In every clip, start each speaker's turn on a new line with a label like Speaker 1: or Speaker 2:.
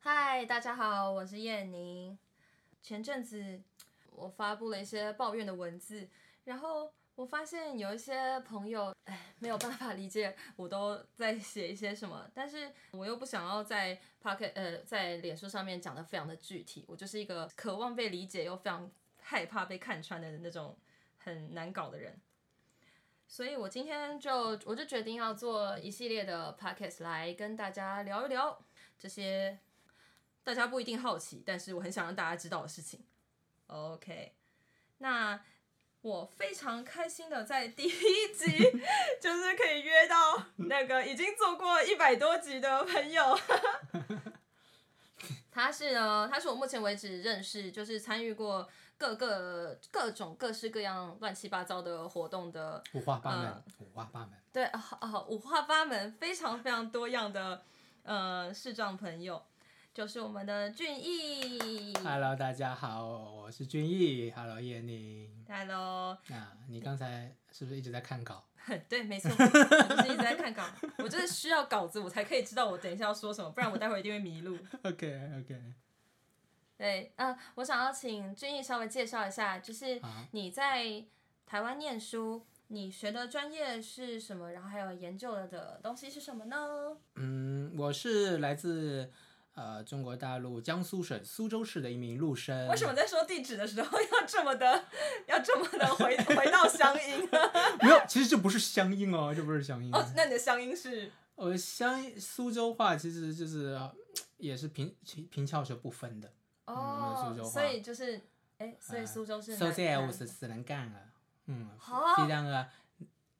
Speaker 1: 嗨，大家好，我是燕宁。前阵子我发布了一些抱怨的文字，然后我发现有一些朋友，哎，没有办法理解我都在写一些什么，但是我又不想要在 Pocket 呃在脸书上面讲的非常的具体，我就是一个渴望被理解又非常害怕被看穿的那种很难搞的人。所以我今天就我就决定要做一系列的 podcast 来跟大家聊一聊这些大家不一定好奇，但是我很想让大家知道的事情。OK，那我非常开心的在第一集 就是可以约到那个已经做过一百多集的朋友。他是呢，他是我目前为止认识，就是参与过各个各种各式各样乱七八糟的活动的
Speaker 2: 五花八门
Speaker 1: 呃，
Speaker 2: 五花八门。
Speaker 1: 对，哦哦，五花八门，非常非常多样的呃视障朋友，就是我们的俊逸。
Speaker 2: Hello，大家好，我是君毅。Hello，叶宁。
Speaker 1: Hello，
Speaker 2: 啊，你刚才是不是一直在看稿？
Speaker 1: 对，没错，我就是一直在看稿， 我就是需要稿子，我才可以知道我等一下要说什么，不然我待会一定会迷路。
Speaker 2: OK OK，
Speaker 1: 对，呃，我想要请俊逸稍微介绍一下，就是
Speaker 2: 好
Speaker 1: 你在台湾念书，你学的专业是什么，然后还有研究了的东西是什么呢？
Speaker 2: 嗯，我是来自呃中国大陆江苏省苏州市的一名陆生。
Speaker 1: 为什么？在说地址的时候要这么的， 要这么的 回回到乡音？
Speaker 2: 没有，其实这不是乡音哦，这不是乡 音。
Speaker 1: 哦，那你的乡音是
Speaker 2: 呃，乡苏州话其实就是呃也是平平平翘舌不分的，
Speaker 1: 哦，
Speaker 2: 苏州话
Speaker 1: 所以就是哎，所以
Speaker 2: 哎
Speaker 1: 苏州是
Speaker 2: 所以
Speaker 1: 南
Speaker 2: 我
Speaker 1: 南
Speaker 2: 是只能干了。嗯，
Speaker 1: 好
Speaker 2: 非常的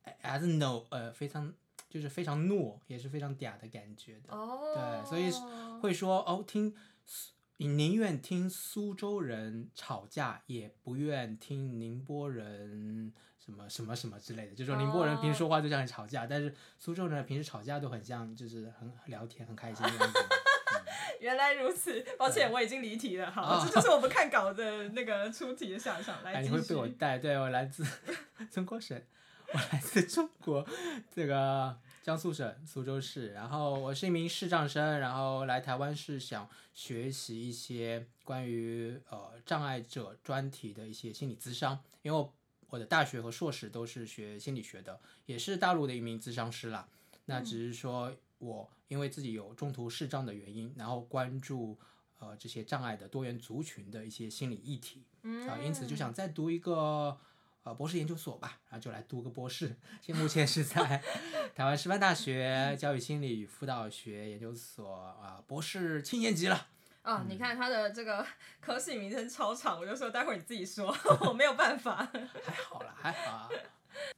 Speaker 2: 呃还是 no 呃非常就是非常糯，也是非常嗲的感觉的。
Speaker 1: 哦，
Speaker 2: 对所以是会说哦，听苏你宁愿听苏州人吵架，也不愿听宁波人什么什么什么之类的。就说宁波人平时说话就像很吵架，但是苏州人平时吵架都很像，就是很聊天很开心的样子。
Speaker 1: 原来如此，抱歉，我已经离题了。好，
Speaker 2: 哦
Speaker 1: 这就是我们看稿的那个出题的想象。来，
Speaker 2: 哎，你
Speaker 1: 继
Speaker 2: 会被我
Speaker 1: 续。
Speaker 2: 带？对我来自 中国省，我来自中国这个江苏省苏州市。然后我是一名视障生，然后来台湾是想学习一些关于呃障碍者专题的一些心理咨商，因为我我的大学和硕士都是学心理学的，也是大陆的一名咨商师啦。那
Speaker 1: 嗯
Speaker 2: 只是说我因为自己有中途视障的原因，然后关注呃这些障碍的多元族群的一些心理议题。
Speaker 1: 嗯
Speaker 2: 啊，因此就想再读一个呃博士研究所吧，然后就来读个博士。现目前是在台湾师范大学教育心理与辅导学研究所啊、博士七年级了。
Speaker 1: 哦，你看他的这个科系名称超长，我就说待会儿你自己 说，我没有办法。
Speaker 2: 还好啦，还好啊。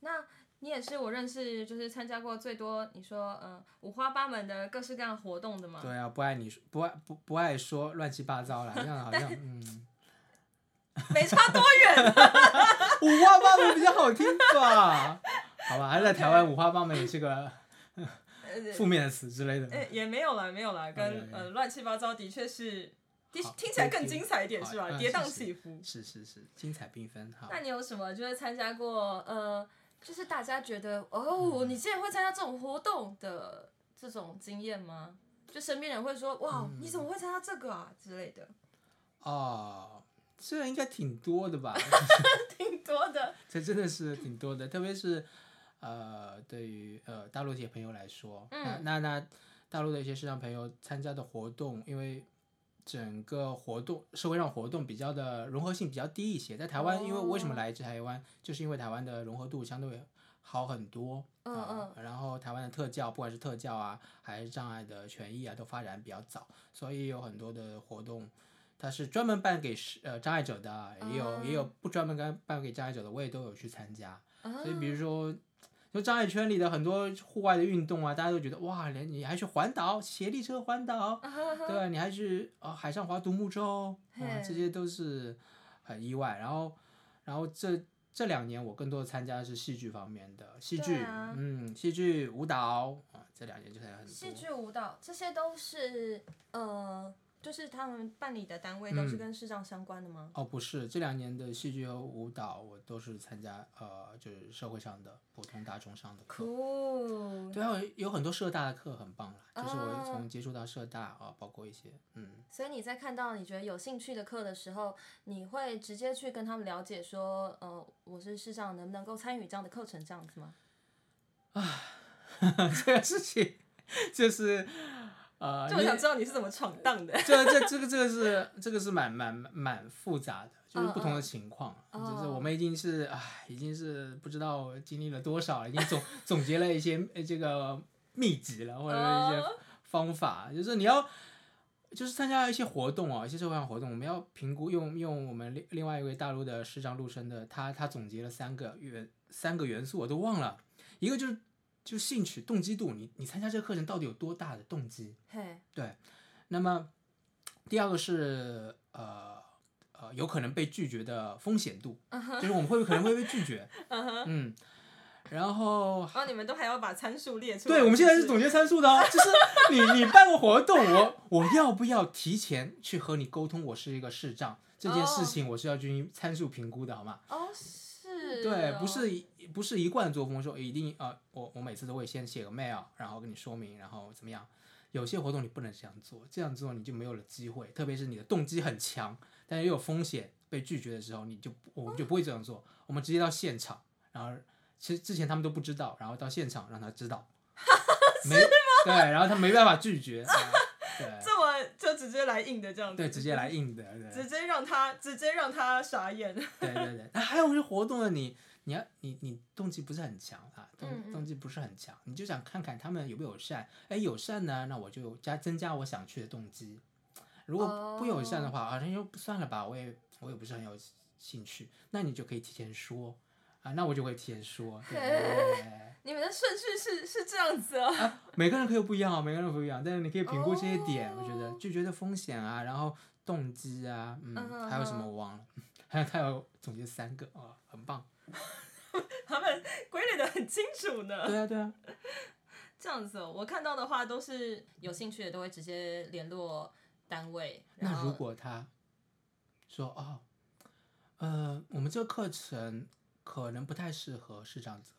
Speaker 1: 那你也是我认识，就是参加过最多，你说嗯五花八门的各式各样活动的嘛？
Speaker 2: 对啊，不爱你说不爱不不爱说乱七八糟啦，这样好像嗯
Speaker 1: 没差多远。
Speaker 2: 五花八门比较好听吧？好吧，还是在台湾五花八门也是个
Speaker 1: 呃
Speaker 2: 负面的词之类的。
Speaker 1: 哎，也没有啦，没有啦，跟
Speaker 2: OK，OK
Speaker 1: 呃乱七八糟的确是，的
Speaker 2: 哎好
Speaker 1: 听起来
Speaker 2: 可以
Speaker 1: 更精彩一点
Speaker 2: 好
Speaker 1: 是吧？
Speaker 2: 嗯
Speaker 1: 跌宕
Speaker 2: 是是
Speaker 1: 起伏。
Speaker 2: 是是是，精彩缤纷。好，
Speaker 1: 那你有什么就是参加过呃，就是大家觉得哦，
Speaker 2: 嗯
Speaker 1: 你竟然会参加这种活动的这种经验吗？就身边人会说哇，
Speaker 2: 嗯
Speaker 1: 你怎么会参加这个啊之类的，
Speaker 2: 哦，这应该挺多的吧？
Speaker 1: 挺多的。
Speaker 2: 这真的是挺多的，特别是呃，对于呃大陆一些朋友来说，
Speaker 1: 嗯
Speaker 2: 那那那大陆的一些市场朋友参加的活动，因为整个活动社会让活动比较的融合性比较低一些，在台湾，因为为什么
Speaker 1: 哦
Speaker 2: 来台湾，就是因为台湾的融合度相对好很多，
Speaker 1: 嗯
Speaker 2: 啊
Speaker 1: 嗯
Speaker 2: 然后台湾的特教，不管是特教啊，还是障碍的权益啊，都发展比较早，所以有很多的活动，它是专门办给是呃障碍者的，也
Speaker 1: 哦
Speaker 2: 有也有不专门办办给障碍者的，我也都有去参加。
Speaker 1: 啊
Speaker 2: 所以比如说，就障碍圈里的很多户外的运动啊，大家都觉得哇，连你还去环岛，斜力车环岛，
Speaker 1: 啊哈哈
Speaker 2: 对吧？你还去呃海上划独木舟，
Speaker 1: 嘿
Speaker 2: 啊，这些都是很意外。然后，然后这这两年我更多的参加的是戏剧方面的戏
Speaker 1: 对
Speaker 2: 剧，
Speaker 1: 啊
Speaker 2: 嗯，戏剧舞蹈啊，这两年就参加很多。
Speaker 1: 戏剧、舞蹈这些都是呃，就是他们办理的单位都
Speaker 2: 嗯
Speaker 1: 是跟视障相关的吗？
Speaker 2: 哦，不是，这两年的戏剧和舞蹈我都是参加，呃，就是社会上的普通大众上的课。
Speaker 1: 酷，
Speaker 2: 对啊，有有很多社大的课很棒啦，就是我
Speaker 1: 啊
Speaker 2: 从接触到社大啊、包括一些嗯，
Speaker 1: 所以你在看到你觉得有兴趣的课的时候，你会直接去跟他们了解说，呃，我是视障，能不能够参与这样的课程这样子吗？
Speaker 2: 这个事情就是呃，
Speaker 1: 就我想知道你是怎么闯荡的。
Speaker 2: 这这这个这个是这个是蛮蛮蛮复杂的，就是不同的情况，啊
Speaker 1: 嗯
Speaker 2: 就是我们已经是唉，已经是不知道经历了多少了，已经总总结了一些呃这个秘籍了，或者一些
Speaker 1: 哦
Speaker 2: 方法，就是你要。就是参加一些活动哦，一些社会上活动，我们要评估用用我们另另外一位大陆的市长陆生的，他他总结了三个元三个元素，我都忘了，一个就是就兴趣动机度，你你参加这个课程到底有多大的动机？
Speaker 1: 嘿，
Speaker 2: 那么第二个是呃呃有可能被拒绝的风险度，就是我们会不会可能会被拒 绝，嗯，然后。
Speaker 1: 哦，你们都还要把参数列出
Speaker 2: 对，我们现在是总结参数的哦，就是你你办个活动，我我要不要提前去和你沟通？我是一个视障这件事情，我是要基于参数评估的，好吗？
Speaker 1: 哦，是哦，
Speaker 2: 对，
Speaker 3: 啊
Speaker 2: 不是一不是一贯作风说一定啊、呃我我每次都会先写个 mail，然后跟你说明，然后怎么样。有些活动你不能这样做，这样做你就没有了机会，特别是你的动机很强，但又有风险被拒绝的时候，你就不我们就不会这样做，我们直接到现场，然后其实之前他们都不知道，然后到现场让他 知道，没对，然后他没办法拒绝，啊对
Speaker 3: 这么就直接来硬的这样子，
Speaker 2: 对，直接来硬的，对。
Speaker 3: 直接让他直接让他傻眼。
Speaker 2: 对对对，那还有一些活动呢，你你要你你动机不是很强啊，
Speaker 1: 嗯
Speaker 2: 动
Speaker 1: 嗯
Speaker 2: 动机不是很强，你就想看看他们有没有友善，哎，友善呢，那我就加增加我想去的动机。如果不友善
Speaker 1: 哦
Speaker 2: 的话，好像就算了吧，我也我也不是很有兴趣，那你就可以提前说啊，那我就会提前说， 对对对。
Speaker 1: 你们的顺序是是这样子哦。
Speaker 2: 啊，每个人可以不一样哦，每个人不一样，但是你可以评估这些点，我觉得
Speaker 1: 哦
Speaker 2: 拒绝的风险啊，然后动机啊，嗯，
Speaker 1: 嗯哼
Speaker 2: 还有什么
Speaker 1: 哼
Speaker 2: 我忘了， 还有他有总结三个啊、很棒。
Speaker 3: 他们归类的很清楚呢。
Speaker 2: 对啊，对啊，
Speaker 1: 这样子哦，我看到的话都是有兴趣的都会直接联络单位。然
Speaker 2: 那
Speaker 1: 后
Speaker 2: 如果他说哦，呃，我们这个课程可能不太适合视障者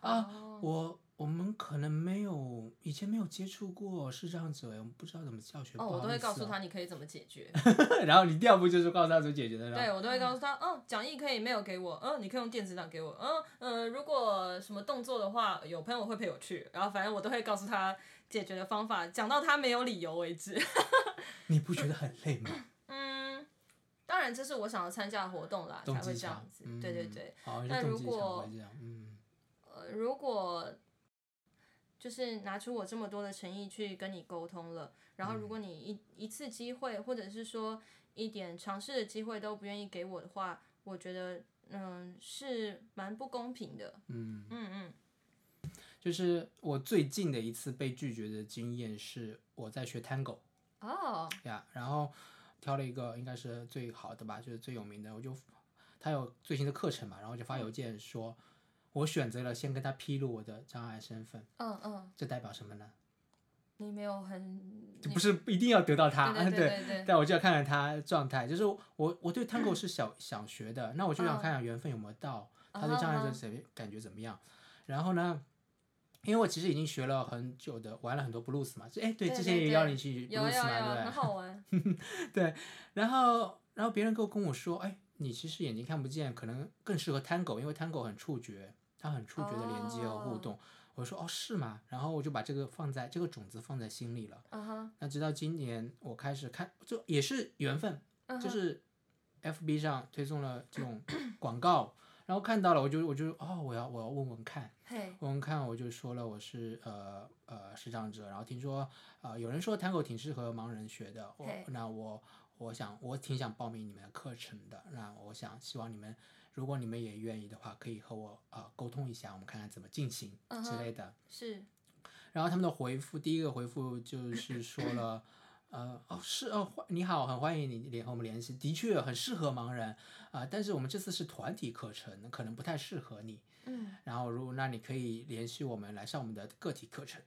Speaker 2: 啊，
Speaker 1: 哦
Speaker 2: 我我们可能没有以前没有接触过视障者，我们不知道怎么教学。
Speaker 1: 哦，
Speaker 2: 不
Speaker 1: 我
Speaker 2: 好
Speaker 1: 都会
Speaker 2: 意思
Speaker 1: 告诉
Speaker 2: 哦
Speaker 1: 他，你可以怎么解决。
Speaker 2: 然后你第二步就是告诉他怎么解决
Speaker 1: 对
Speaker 2: 的，然后
Speaker 1: 我都会告诉他，嗯，讲义可以没有给我，嗯，你可以用电子档给我，嗯呃，如果什么动作的话，有朋友会陪我去，然后反正我都会告诉他解决的方法，讲到他没有理由为止。
Speaker 2: 你不觉得很累吗？
Speaker 1: 嗯，当然这是我想要参加的活动啦，才
Speaker 2: 动
Speaker 1: 会
Speaker 2: 机
Speaker 1: 这
Speaker 2: 场
Speaker 1: 样，子。
Speaker 2: 嗯
Speaker 1: 对对对，，
Speaker 2: 好，就
Speaker 1: 那
Speaker 2: 动
Speaker 1: 如
Speaker 2: 机场
Speaker 1: 果
Speaker 2: 会这样，嗯，
Speaker 1: 呃，如果就是拿出我这么多的诚意去跟你沟通了，然后如果你一、一次机会，或者是说一点尝试的机会都不愿意给我的话，我觉得嗯是蛮不公平的。
Speaker 2: 嗯，
Speaker 1: 嗯嗯，
Speaker 2: 就是我最近的一次被拒绝的经验是我在学 Tango
Speaker 1: 哦，
Speaker 2: 呀，然后挑了一个应该是最好的吧，就是最有名的，我就他有最新的课程嘛，然后
Speaker 1: 嗯
Speaker 2: 就发邮件说，我选择了先跟他披露我的障碍身份，
Speaker 1: 嗯嗯，
Speaker 2: 这代表什么呢？
Speaker 1: 你没有很
Speaker 2: 就不是一定要得到他，
Speaker 1: 对对
Speaker 2: 对
Speaker 1: 对对对，
Speaker 2: 但我就要看看他状态，就是我我对 tango 是想想学的，那我就想
Speaker 1: 嗯
Speaker 2: 看看缘分有没有到，他对障碍者
Speaker 1: 啊
Speaker 2: 谁感觉怎么样。然后呢，因为我其实已经学了很久的，玩了很多 blues 嘛，哎，对，
Speaker 1: 对
Speaker 2: 之
Speaker 1: 对
Speaker 2: 前也
Speaker 1: 对
Speaker 2: 邀你去
Speaker 1: 有有
Speaker 2: blues 嘛，
Speaker 1: 有，
Speaker 2: 对
Speaker 1: 很
Speaker 2: 不对？
Speaker 1: 好 玩。
Speaker 2: 然后然后别人跟我跟我说，哎，你其实眼睛看不见，可能更适合 tango，因为 tango 很触觉，它很触觉的连接和互
Speaker 1: 哦
Speaker 2: 动。我说哦是吗？然后我就把这个放在这个种子放在心里了。
Speaker 1: 嗯哼，
Speaker 2: 那直到今年我开始看，就也是缘分，
Speaker 1: 嗯
Speaker 2: 就
Speaker 1: 哼
Speaker 2: 是 FB 上推送了这种广告，然后看到了，我就我就哦，我要我要问问看，
Speaker 1: 嘿，
Speaker 2: 问问看，我就说了我是呃呃视障者，然后听说呃有人说 Tango 挺适合盲人学的，我
Speaker 1: 嘿
Speaker 2: 那我我想我挺想报名你们的课程的，那我想希望你们如果你们也愿意的话，可以和我呃沟通一下，我们看看怎么进行
Speaker 1: 嗯
Speaker 2: 之
Speaker 1: 哼
Speaker 2: 类的。
Speaker 1: 是
Speaker 2: 然后他们的回复，第一个回复就是说了， 呃，哦是哦，欢你好，很欢迎你联和我们联系，的确很适合盲人啊、但是我们这次是团体课程，可能不太适合你。
Speaker 1: 嗯
Speaker 2: 然后如果那你可以联系我们来上我们的个体课程。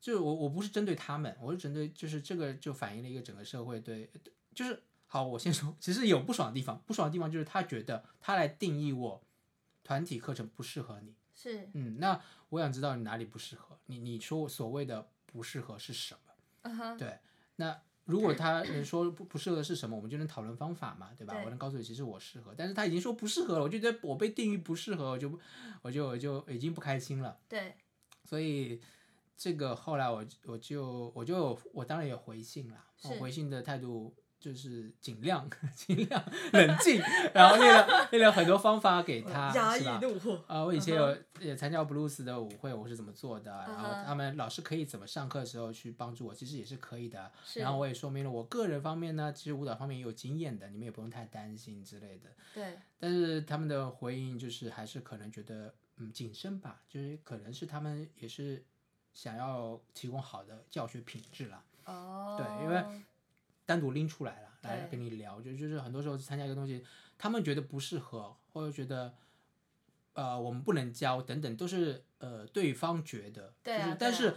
Speaker 2: 就是我我不是针对他们，我是针对就是这个就反映了一个整个社会对，就是好，我先说，其实有不爽的地方，不爽的地方就是他觉得他来定义我团体课程不适合你，
Speaker 1: 是
Speaker 2: 嗯，那我想知道你哪里不适合，你你说我所谓的不适合是什么？
Speaker 1: 嗯哼，
Speaker 2: 对，那如果他呃说不不适合是什么，我们就能讨论方法嘛，对吧？
Speaker 1: 对
Speaker 2: 我能告诉你，其实我适合，但是他已经说不适合了，我就觉得我被定义不适合，我就不我就我就已经不开心了。
Speaker 1: 对，
Speaker 2: 所以这个后来我我就我就有我当然有回信啦，我
Speaker 1: 是
Speaker 2: 回信的态度就是尽量 尽量冷静，然后列了列了很多方法给他，
Speaker 3: 压
Speaker 2: 是
Speaker 3: 抑
Speaker 2: 吧？
Speaker 3: 怒火，
Speaker 2: 啊，我以前
Speaker 3: 嗯
Speaker 2: 有也参加布鲁斯的舞会，我是怎么做的，然后
Speaker 1: 嗯哼
Speaker 2: 他们老师可以怎么上课的时候去帮助我，其实也是可以的。
Speaker 1: 是
Speaker 2: 然后我也说明了我个人方面呢，其实舞蹈方面也有经验的，你们也不用太担心之类的。
Speaker 1: 对，
Speaker 2: 但是他们的回应就是还是可能觉得嗯谨慎吧，就是可能是他们也是想要提供好的教学品质啦。
Speaker 1: 哦，
Speaker 2: 对因为单独拎出来了，
Speaker 1: 对
Speaker 2: 来跟你聊，就就是很多时候参加一个东西，他们觉得不适合，或者觉得，呃，我们不能教等等，都是呃对方觉得，
Speaker 1: 对啊
Speaker 2: 就是
Speaker 1: 对
Speaker 2: 但是、
Speaker 1: 啊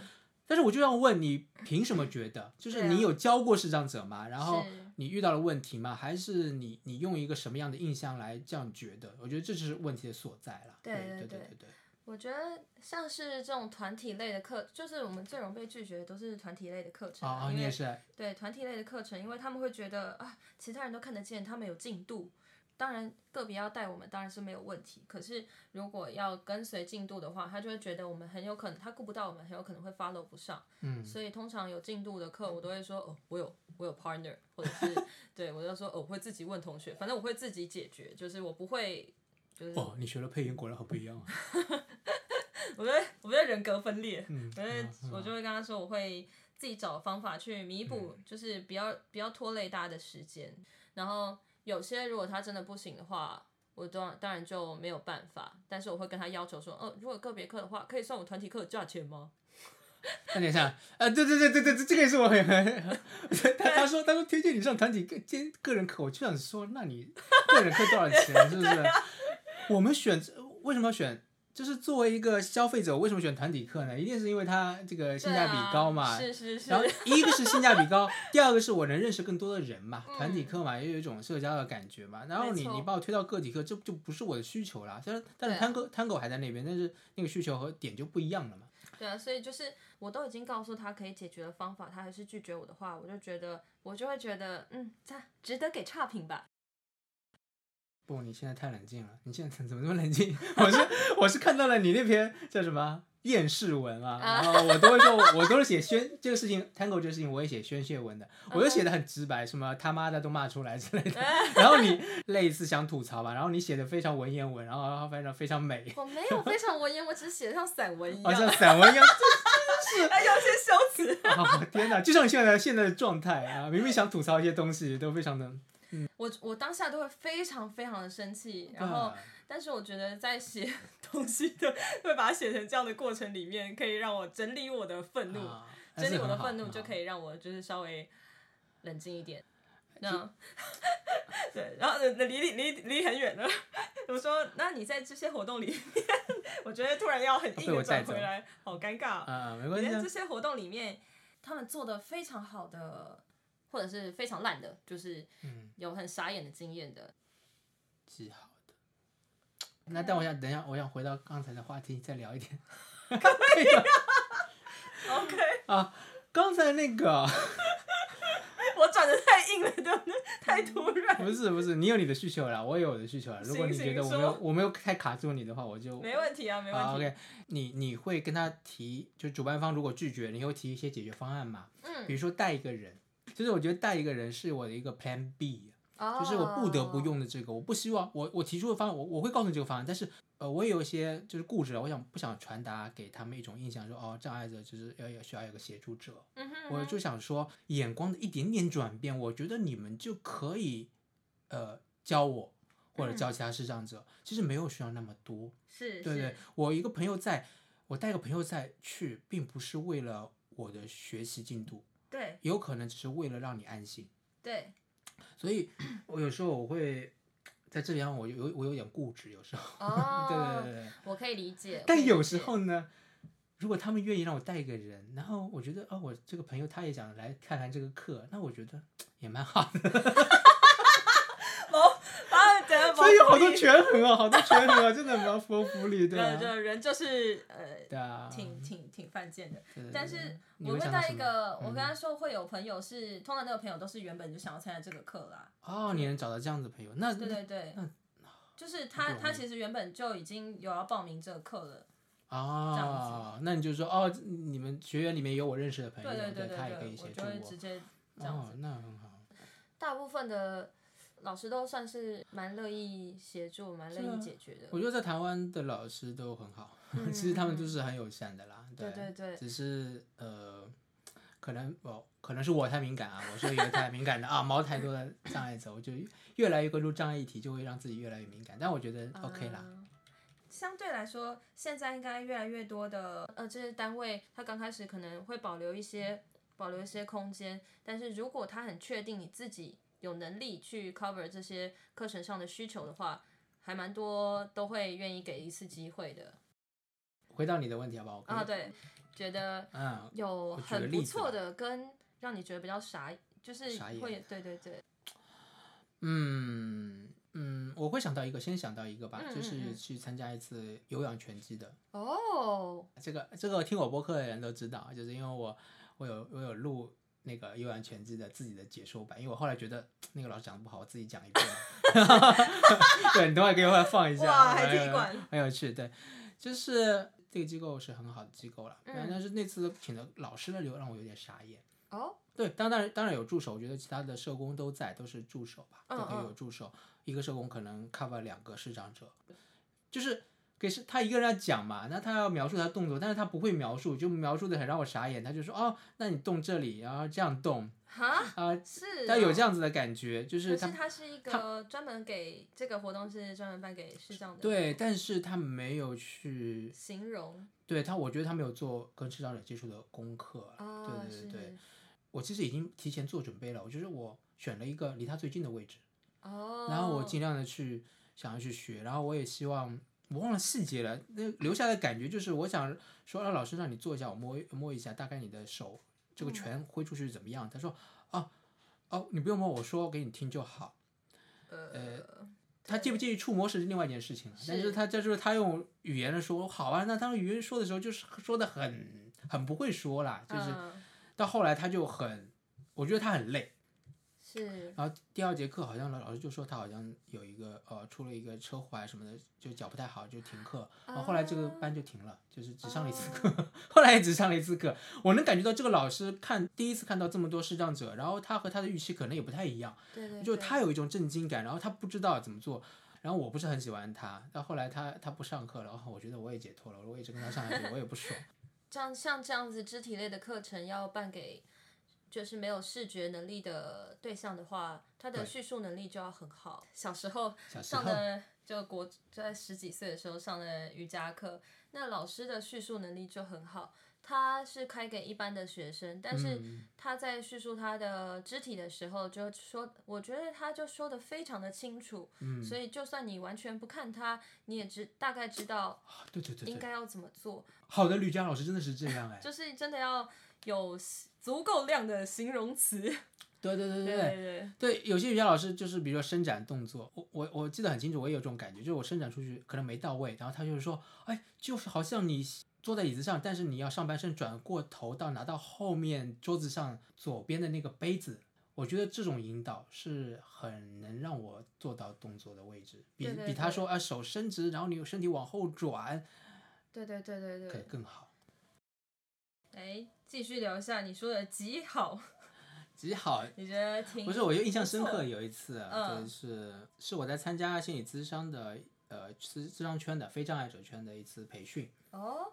Speaker 2: 但是我就要问你，凭什么觉得？就是
Speaker 1: 对啊
Speaker 2: 你有教过视障者吗？然后
Speaker 1: 是
Speaker 2: 你遇到了问题吗？还是你你用一个什么样的印象来这样觉得？我觉得这就是问题的所在了。
Speaker 1: 对
Speaker 2: 对
Speaker 1: 对
Speaker 2: 对
Speaker 1: 对
Speaker 2: 对对，
Speaker 1: 我觉得像是这种团体类的课，就是我们最容易被拒绝的都是团体类的课程、
Speaker 2: 啊啊，
Speaker 1: 因
Speaker 2: 你也
Speaker 1: 为
Speaker 2: 是
Speaker 1: 对团体类的课程，因为他们会觉得啊，其他人都看得见，他们有进度。当然，个别要带我们当然是没有问题。可是如果要跟随进度的话，他就会觉得我们很有可能他顾不到我们，很有可能会 follow 不上。
Speaker 2: 嗯
Speaker 1: 所以通常有进度的课，我都会说哦，我有我有 partner，或者 是对我就说哦，我会自己问同学，反正我会自己解决，就是我不会，就是
Speaker 2: 哦，你学了配音果然很不一样啊。
Speaker 1: 我觉得我觉得人格分裂。
Speaker 2: 嗯，
Speaker 1: 可是
Speaker 2: 嗯
Speaker 1: 哎
Speaker 2: 嗯
Speaker 1: 我就会跟他说，我会自己找方法去弥
Speaker 2: 嗯
Speaker 1: 补，就是不要不要拖累大家的时间。然后有些如果他真的不行的话，我当当然就没有办法，但是我会跟他要求说，哦，如果个别课的话，可以算我团体课的价钱吗？
Speaker 2: 那等一下，呃，对对对对对，这个也是我很很， 他他说他说推荐你上团体个兼个人课，我就想说，那你个人课多少钱？ 是不是？
Speaker 1: 啊
Speaker 2: 我们选为什么要选？就是作为一个消费者，我为什么选团体课呢？一定是因为它这个性价比高嘛。
Speaker 1: 对啊是是是
Speaker 2: 然，后一个是性价比高，第二个是我能认识更多的人嘛，
Speaker 1: 嗯
Speaker 2: 团体课嘛，也有一种社交的感觉嘛。然后
Speaker 1: 没
Speaker 2: 你
Speaker 1: 错
Speaker 2: 你把我推到个体课，这就不是我的需求啦。虽然但是
Speaker 1: 对啊
Speaker 2: Tango Tango 还在那边，但是那个需求和点就不一样了嘛。
Speaker 1: 对啊，所以就是我都已经告诉他可以解决的方法，他还是拒绝我的话，我就觉得我就会觉得，嗯，这样值得给差评吧。
Speaker 2: 不，你现在太冷静了，你现在怎么这么冷静？ 我是我是看到了你那篇叫什么厌世文啊，
Speaker 1: 啊
Speaker 2: 然后我都会说，我都是写宣这个事情，Tango 这个事情我也写宣泄文的，我
Speaker 1: 啊
Speaker 2: 就写的很直白，什么他妈的都骂出来之类的。然后你类似想吐槽吧，然后你写的非常文言文，然后非常非常美，
Speaker 1: 我没有非常文言，我只是写的像散文一
Speaker 2: 好像
Speaker 1: 样。
Speaker 2: 散文一样。
Speaker 3: 哎，有些修辞。
Speaker 2: 这啊，我天哪！就像现在现在的状态啊，明明想吐槽一些东西，都非常的
Speaker 1: 我我当下都会非常非常的生气，然后
Speaker 2: 啊
Speaker 1: 但是我觉得在写
Speaker 3: 东西的，会把它写成这样的过程里面，可以让我整理我的愤怒，
Speaker 2: 啊
Speaker 1: 整理我的愤怒，
Speaker 2: 很好
Speaker 1: 就
Speaker 2: 很好
Speaker 1: 可以让我就是稍微冷静一点。
Speaker 2: 哎
Speaker 1: 那
Speaker 3: 对，然后呃离离离离很远了。 我说，那你在这些活动里面， 我觉得突然要很硬
Speaker 2: 啊被我
Speaker 3: 的
Speaker 2: 带
Speaker 3: 转
Speaker 2: 走
Speaker 3: 回来，好尴尬啊。
Speaker 2: 啊，没关
Speaker 1: 你
Speaker 2: 系
Speaker 1: 在
Speaker 2: 啊
Speaker 1: 这。些活动里面，他们做的非常好的，或者是非常烂的，就是
Speaker 2: 嗯
Speaker 1: 有很傻眼的经验的。
Speaker 2: 记好的。那但我想等一下，我想回到刚才的话题再聊一点
Speaker 3: OK，
Speaker 2: 啊。刚才那个
Speaker 3: 我转的太硬了，对不对？太突然，
Speaker 2: 嗯不是不是，你有你的需求啦，我也有我的需求啦。如果你
Speaker 3: 行
Speaker 2: 觉得我
Speaker 3: 行
Speaker 2: 没有
Speaker 3: 说
Speaker 2: 我没有太卡住你的话，我就
Speaker 3: 没问题啊，没问
Speaker 2: 好
Speaker 3: 题。
Speaker 2: OK。你你会跟他提，就主办方如果拒绝，你会提一些解决方案嘛？比
Speaker 1: 嗯，
Speaker 2: 如说带一个人，就是我觉得带一个人是我的一个 Plan B。就是我不得不
Speaker 1: 哦。
Speaker 2: 用的这个，我不希望我我提出的方案，我我会告诉你这个方案，但是呃，我也有一些就是固执了，我想不想传达给他们一种印象说，哦，障碍者就是要要需要有个协助者，
Speaker 1: 嗯哼
Speaker 2: 我就想说眼光的一点点转变，我觉得你们就可以呃教我或者
Speaker 1: 嗯
Speaker 2: 教其他视障者，其实没有需要那么多，
Speaker 1: 是，
Speaker 2: 对
Speaker 1: 是
Speaker 2: 对，我一个朋友在，我带一个朋友在去，并不是为了我的学习进度，
Speaker 1: 对
Speaker 2: 有可能只是为了让你安心。
Speaker 1: 对，
Speaker 2: 所以我有时候我会在这边我有我有点固执，有时候，
Speaker 1: 哦，
Speaker 2: 对对对对。
Speaker 1: 我可以理解。我可
Speaker 2: 但
Speaker 1: 以
Speaker 2: 有
Speaker 1: 理
Speaker 2: 时
Speaker 1: 解
Speaker 2: 候呢，如果他们愿意让我带一个人，然后我觉得哦，我这个朋友他也想来看看这个课，那我觉得也蛮好的。
Speaker 3: 啊，对，
Speaker 2: 所以有好多权衡啊，好多权衡啊，真的蛮符合福利，对
Speaker 3: 对
Speaker 2: 啊，
Speaker 3: 对，人就是呃，
Speaker 2: 对啊。
Speaker 3: 挺挺挺犯贱的。
Speaker 2: 对对
Speaker 3: 但
Speaker 2: 对
Speaker 3: 是
Speaker 2: 你
Speaker 3: 我
Speaker 2: 会
Speaker 3: 会
Speaker 2: 想到
Speaker 3: 带
Speaker 2: 什
Speaker 3: 一
Speaker 2: 么嗯
Speaker 3: 个，我跟他说会有朋友是，通常那个朋友都是原本就想要参加这个课啦。
Speaker 2: 哦，你能找到这样子的朋友，那
Speaker 3: 对对对
Speaker 2: 那，
Speaker 3: 就是
Speaker 2: 不
Speaker 3: 他
Speaker 2: 容
Speaker 3: 他
Speaker 2: 易
Speaker 3: 其实原本就已经有要报名这个课了。这
Speaker 2: 哦
Speaker 3: 样，
Speaker 2: 那你就说哦，你们学员里面有我认识的朋
Speaker 3: 对
Speaker 2: 友，
Speaker 3: 对对
Speaker 2: 他也可以
Speaker 3: 对，我
Speaker 2: 协助
Speaker 3: 就会直接这样
Speaker 2: 哦
Speaker 3: 子，。
Speaker 2: 那很好。
Speaker 1: 大部分的老师都算是蛮乐意协助、蛮乐
Speaker 2: 是啊
Speaker 1: 意解决的。
Speaker 2: 我觉得在台湾的老师都很好， 其实他们就是很友善的啦。
Speaker 1: 嗯对
Speaker 2: 对
Speaker 1: 对对
Speaker 2: 只是呃，可能我可能是我太敏感啊，我是一个太敏感的啊，毛太多的障碍者，我就越来越关注障碍议题，就会让自己越来越敏感。但我觉得 OK 啦，
Speaker 1: 嗯
Speaker 3: 相对来说，现在应该越来越多的，
Speaker 1: 呃，这些单位他刚开始可能会保留一些保留一些空间，但是如果他很确定你自己有能力去 cover 这些课程上的需求的话，还蛮多都会愿意给一次机会的
Speaker 2: 回到你的问题好不好？我可以
Speaker 1: 啊。，对，觉得
Speaker 2: 嗯，
Speaker 1: 有
Speaker 2: 我举个
Speaker 1: 很
Speaker 2: 例
Speaker 1: 不
Speaker 2: 子吧
Speaker 1: 错的跟让你觉得比较傻，就是
Speaker 2: 傻眼
Speaker 1: 会对对对，
Speaker 2: 嗯嗯，我会想到一个，先想到一个吧，
Speaker 1: 嗯
Speaker 2: 就
Speaker 1: 嗯
Speaker 2: 是
Speaker 1: 嗯
Speaker 2: 去参加一次有氧拳击的。
Speaker 1: 哦，
Speaker 2: 这个这个听我播客的人都知道，啊就是因为我我有我有录那个悠然全知的自己的解说版，因为我后来觉得那个老师讲的不好，我自己讲一遍。啊 对，你等会可以后来放一下，
Speaker 3: 哇还
Speaker 2: 蛮有
Speaker 3: 踢馆
Speaker 2: 很有趣。对，就是这个机构是很好的机构了，
Speaker 1: 嗯
Speaker 2: 但是那次请的老师的流让我有点傻眼。
Speaker 1: 哦，
Speaker 2: 对，当当然当然有助手，我觉得其他的社工都在，都是助手吧，
Speaker 1: 嗯
Speaker 2: 都可以
Speaker 1: 嗯
Speaker 2: 有助手，一个社工可能 cover 两个视障者，就是给是他一个人要讲嘛，那他要描述他动作，但是他不会描述，就描述的很让我傻眼，他就说哦，那你动这里，然后这样动
Speaker 1: 哈，
Speaker 2: 啊，
Speaker 1: 是，
Speaker 2: 他有这。样子的感觉，就
Speaker 1: 可
Speaker 2: 是他
Speaker 1: 是它是一个专门给这个活动是专门办给视障的，
Speaker 2: 对，但是他没有去
Speaker 1: 形容
Speaker 2: 对他，我觉得他没有做跟视障者接触的功课了，
Speaker 1: 啊，
Speaker 2: 对对
Speaker 1: 是
Speaker 2: 对对，我其实已经提前做准备了，我就是我选了一个离他最近的位置。
Speaker 1: 哦，
Speaker 2: 然后我尽量的去想要去学，然后我也希望我忘了细节了，那留下的感觉就是我想说让老师让你做一下，我摸一摸一下，大概你的手这个拳挥出去怎么样？他说哦哦，你不用摸，我说给你听就好。
Speaker 1: 呃，
Speaker 2: 他介不介意触摸是另外一件事情了，但是他就是他用语言的说好啊，那他用语言说的时候就是说的很很不会说啦，就是
Speaker 1: 嗯
Speaker 2: 到后来他就很，我觉得他很累。
Speaker 1: 是
Speaker 2: 然后第二节课好像老老师就说他好像有一个呃出了一个车祸还是什么的，就脚不太好就停课。哦然后后来这
Speaker 1: 哦
Speaker 2: 个班就停了，就是只上了一次课， 后来也只上了一次课。我能感觉到这个老师看第一次看到这么多视障者，然后他和他的预期可能也不太一样，
Speaker 1: 对对，
Speaker 2: 就
Speaker 1: 对
Speaker 2: 他有一种震惊感，然后他不知道怎么做。然后我不是很喜欢他，到后来他他不上课了，然后我觉得我也解脱了，我一直跟他上下去，我也不爽。
Speaker 1: 这样像这样子肢体类的课程要办给就是没有视觉能力的对象的话，他的
Speaker 2: 对
Speaker 1: 叙述能力就要很好。小时候
Speaker 2: 小时
Speaker 1: 上
Speaker 2: 候
Speaker 1: 的就国就在十几岁的时候上的瑜伽课，那老师的叙述能力就很好。他是开给一般的学生，但是
Speaker 2: 嗯
Speaker 1: 他在叙述他的肢体的时候，就说，我觉得他就说的非常的清楚，
Speaker 2: 嗯
Speaker 1: 所以就算你完全不看他，你也知大概知道
Speaker 2: 啊对对对
Speaker 1: 应
Speaker 2: 对，
Speaker 1: 该要怎么做。
Speaker 2: 好的吕佳老师真的是这样哎，
Speaker 1: 就是真的要有足够量的形容词。
Speaker 2: 对对对对对
Speaker 1: 对。对，
Speaker 2: 对，有些瑜伽老师就是比如说伸展动作，我我我记得很清楚，我也有这种感觉，就是我伸展出去可能没到位，然后他就是说，哎，就是好像你坐在椅子上，但是你要上半身转过头到拿到后面桌子上左边的那个杯子。我觉得这种引导是很能让我做到动作的位置，比
Speaker 1: 对对
Speaker 2: 比他
Speaker 1: 对
Speaker 2: 说啊手伸直，然后你身体往后转，
Speaker 1: 对对对对
Speaker 2: 可
Speaker 1: 对。
Speaker 2: 以更好。
Speaker 1: 哎，继续聊一下你说的极好，
Speaker 2: 极好
Speaker 1: 你觉得挺
Speaker 2: 不是，我就印象
Speaker 1: 不
Speaker 2: 深
Speaker 1: 错
Speaker 2: 刻有一次，啊
Speaker 1: 嗯
Speaker 2: 就是是我在参加心理咨商的呃咨咨商圈的非障碍者圈的一次培训，
Speaker 1: 哦，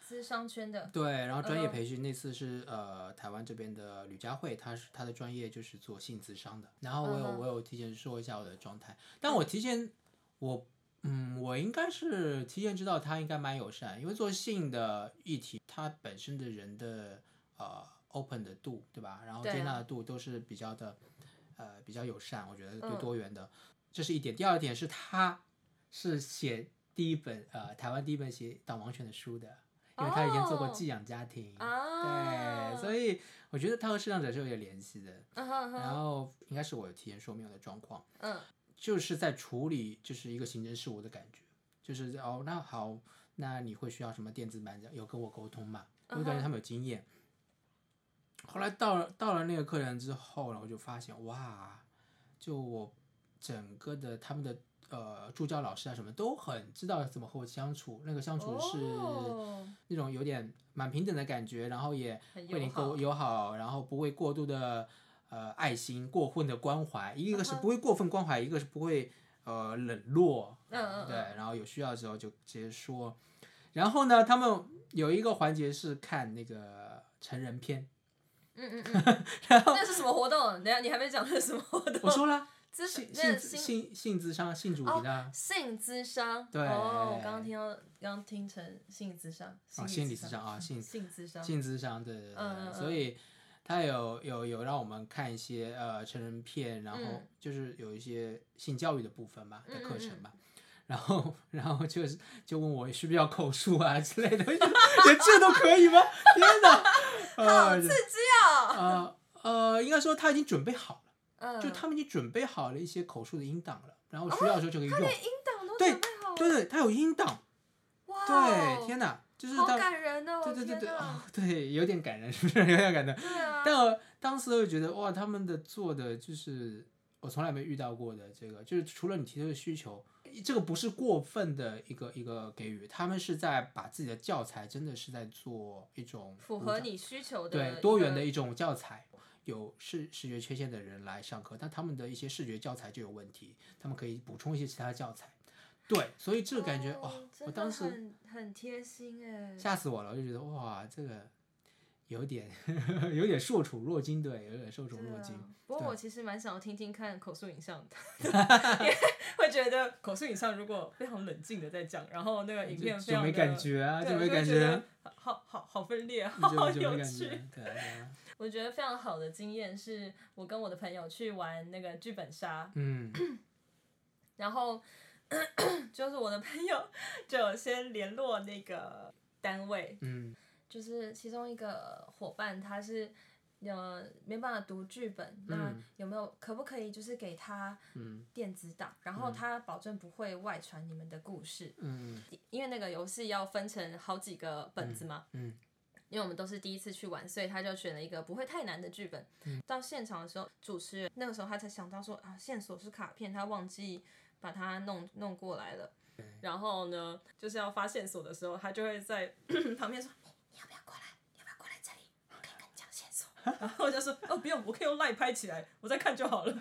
Speaker 1: 资商圈的
Speaker 2: 对，然后专业
Speaker 1: 嗯
Speaker 2: 培训那次是呃台湾这边的吕佳慧，她是她的专业就是做性咨商的，然后我有
Speaker 1: 嗯哼
Speaker 2: 我有提前说一下我的状态，但我提前我。嗯，我应该是提前知道她应该蛮友善，因为做性的议题，它本身的人的呃 open 的度，对吧？然后
Speaker 1: 对啊
Speaker 2: 接纳的度都是比较的，呃，比较友善，我觉得对
Speaker 1: 嗯
Speaker 2: 多元的，这是一点。第二点是她是写第一本呃台湾第一本写导盲犬的书的，因为他以前做过
Speaker 1: 哦
Speaker 2: 寄养家庭，
Speaker 1: 啊，
Speaker 2: 对，所以我觉得他和视障者是有点联系的。
Speaker 1: 嗯哼
Speaker 2: 然
Speaker 1: 哼，
Speaker 2: 后应该是我有提前说明我的状况，
Speaker 1: 嗯
Speaker 2: 就是在处理就是一个行政事务的感觉，就是哦，那好，那你会需要什么电子版？有跟我沟通嘛？我就
Speaker 1: 嗯
Speaker 2: 感觉
Speaker 1: 哼
Speaker 2: 他们有经验。后来到了到了那个客人之后呢，我就发现哇，就我整个的他们的呃助教老师啊什么都很知道怎么和我相处，那个相处是
Speaker 1: 哦
Speaker 2: 那种有点蛮平等的感觉，然后也
Speaker 1: 很
Speaker 2: 为
Speaker 1: 友
Speaker 2: 你
Speaker 1: 好嗯
Speaker 2: 够友好，然后不会过度的呃爱心、过分的关怀，一
Speaker 1: 嗯
Speaker 2: 个是不会过分关怀，一个是不会呃冷落，
Speaker 1: 嗯嗯嗯
Speaker 2: 对，然后有需要的时候就直接说。然后呢，他们有一个环节是看那个成人片，
Speaker 1: 嗯嗯 嗯，那是什么活动？等一下你还没讲那是什么活动？
Speaker 2: 我说了，
Speaker 1: 咨
Speaker 2: 性
Speaker 1: 嗯那
Speaker 2: 性
Speaker 1: 个哦
Speaker 2: 咨
Speaker 1: 心
Speaker 2: 性性智商、性主题的啊
Speaker 1: 性咨商。
Speaker 2: 对
Speaker 1: 哦，我刚刚听到，刚刚听成性咨商。
Speaker 2: 啊，心理
Speaker 1: 咨
Speaker 2: 智商啊，性
Speaker 1: 性咨商。
Speaker 2: 性智商，对对对，
Speaker 1: 嗯嗯嗯
Speaker 2: 所以他有有有让我们看一些呃成人片，然后
Speaker 1: 嗯
Speaker 2: 就是有一些性教育的部分嘛的
Speaker 1: 嗯嗯
Speaker 2: 课程
Speaker 1: 嗯
Speaker 2: 嘛。然后，然后就是就问我需不需要口述啊之类的，我就觉得连这都可以吗？天哪，好刺激
Speaker 1: 哦
Speaker 2: 啊！呃呃，应该说他已经准备好了，
Speaker 1: 嗯，
Speaker 2: 就他们已经准备好了一些口述的音档了，然后需要的时候就可以用。
Speaker 1: 音档都
Speaker 2: 对
Speaker 1: 准备好了。
Speaker 2: 对对，他有音档，
Speaker 1: 哇哦。
Speaker 2: 对，天哪，就是
Speaker 1: 好
Speaker 2: 他，
Speaker 1: 感人哦！
Speaker 2: 对对对对，
Speaker 1: 天
Speaker 2: 哦
Speaker 1: 哪，
Speaker 2: 对，有点感人，是不是 有点感人？
Speaker 1: 对啊，
Speaker 2: 但我当时我觉得哇，他们的做的就是我从来没遇到过的这个，就是除了你提出的需求，这个不是过分的一个一个给予，他们是在把自己的教材真的是在做一种
Speaker 1: 符
Speaker 2: 鼓
Speaker 1: 合
Speaker 2: 掌
Speaker 1: 你需求的
Speaker 2: 对
Speaker 1: 一
Speaker 2: 多
Speaker 1: 个
Speaker 2: 元的一种教材。有视视觉缺陷的人来上课，但他们的一些视觉教材就有问题，他们可以补充一些其他教材。对，所以这个感觉哇、
Speaker 1: 哦真
Speaker 2: 我
Speaker 1: 的
Speaker 2: 当时
Speaker 1: 很很贴心哎，
Speaker 2: 吓死我了，我就觉得哇，这个有点 有点受宠若惊，对，有点受宠
Speaker 1: 对
Speaker 2: 若
Speaker 1: 啊
Speaker 2: 惊。
Speaker 1: 不过
Speaker 2: 对
Speaker 1: 我其实蛮想要听听看口述影像的，
Speaker 3: 会觉得口述影像如果非常冷静的在讲，然后那个影
Speaker 2: 就
Speaker 3: 片非
Speaker 2: 就
Speaker 3: 常
Speaker 2: 没
Speaker 3: 的
Speaker 2: 感觉啊，
Speaker 3: 对
Speaker 2: 就没感
Speaker 3: 就会
Speaker 2: 觉
Speaker 3: 得，好好好分裂，
Speaker 2: 就就
Speaker 3: 好
Speaker 2: 没
Speaker 3: 有
Speaker 2: 感觉，
Speaker 3: 趣。
Speaker 2: 对啊对啊，
Speaker 1: 我觉得非常好的经验是我跟我的朋友去玩那个剧本杀，
Speaker 2: 嗯，
Speaker 1: 然后 就是我的朋友
Speaker 3: 就有先联络那个单位，
Speaker 2: 嗯，
Speaker 1: 就是其中一个伙伴，他是呃没办法读剧本，那
Speaker 2: 嗯
Speaker 1: 有没有可不可以就是给他
Speaker 2: 嗯
Speaker 1: 电子档，然后他保证不会外传你们的故事，
Speaker 2: 嗯
Speaker 1: 因为那个游戏要分成好几个本子嘛，
Speaker 2: 嗯
Speaker 1: 因为我们都是第一次去玩，所以他就选了一个不会太难的剧本。
Speaker 3: 嗯
Speaker 1: 到现场的时候，主持人那个时候他才想到说啊，线索是卡片，他忘记把它弄弄过来了。
Speaker 3: 然后呢，就是要发线索的时候，他就会 在旁边说：“你要不要过来？你要不要过来这里？我可以跟你讲线 索。”然后我就说：“哦，不用，我可以用 line 拍起来，我再看就好了。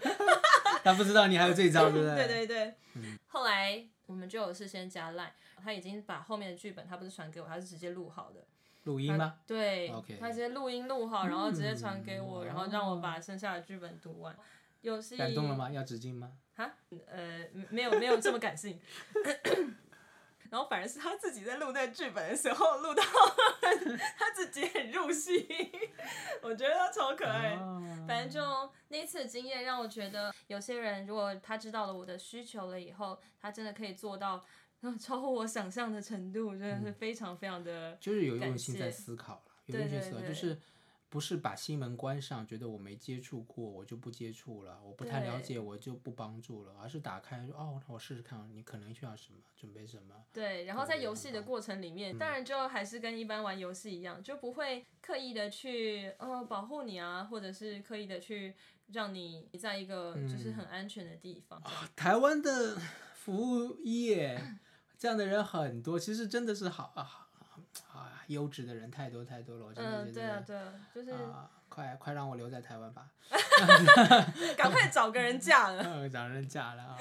Speaker 2: 他不知道你还有这 一招，对不”
Speaker 3: 哦对
Speaker 2: 对？
Speaker 3: 对对，
Speaker 1: 后来我们就有事先加赖，他已经把后面的剧本他不是传给我，他是直接录好的。
Speaker 2: 录音吗？
Speaker 1: 呃对
Speaker 2: OK
Speaker 1: 他直接录音录好，然后直接传给我，
Speaker 2: 嗯
Speaker 1: 然后让我把剩下的剧本读完。游戏
Speaker 2: 感动了吗？要纸巾吗？
Speaker 1: 哈，呃，没有没有这么感性，
Speaker 3: 然后反而是他自己在录那剧本的时候，录到他自己很入戏，我觉得他超可爱。
Speaker 2: 哦
Speaker 1: 反正就那次的经验让我觉得，有些人如果他知道了我的需求了以后，他真的可以做到， 嗯，超乎我想象的程度，真
Speaker 2: 嗯
Speaker 1: 的是非常非常的，
Speaker 2: 就是有
Speaker 1: 感
Speaker 2: 用心在
Speaker 1: 谢
Speaker 2: 思考了，有用心
Speaker 1: 对
Speaker 2: 思考，
Speaker 1: 对
Speaker 2: 就
Speaker 1: 对
Speaker 2: 是不是把心门关上，觉得我没接触过，我就不接触了，我不太了
Speaker 1: 对
Speaker 2: 解，我就不帮助了，而是打开说哦，那我试试看，你可能需要什么，准备什么，
Speaker 1: 对。然后在游戏的过程里
Speaker 2: 嗯
Speaker 1: 面，当然就还是跟一般玩游戏一样，就不会刻意的去呃保护你啊，或者是刻意的去让你在一个
Speaker 2: 嗯
Speaker 1: 就是很安全的地方。
Speaker 2: 台湾的服务业这样的人很多，其实真的是好啊啊，优质的人太多太多了，我真的
Speaker 1: 嗯，
Speaker 2: 觉
Speaker 1: 对
Speaker 2: 得
Speaker 1: 啊，对啊，就是
Speaker 2: 啊快快让我留在台湾吧，
Speaker 3: 赶快找个人嫁 了。
Speaker 2: 嗯，让人嫁了啊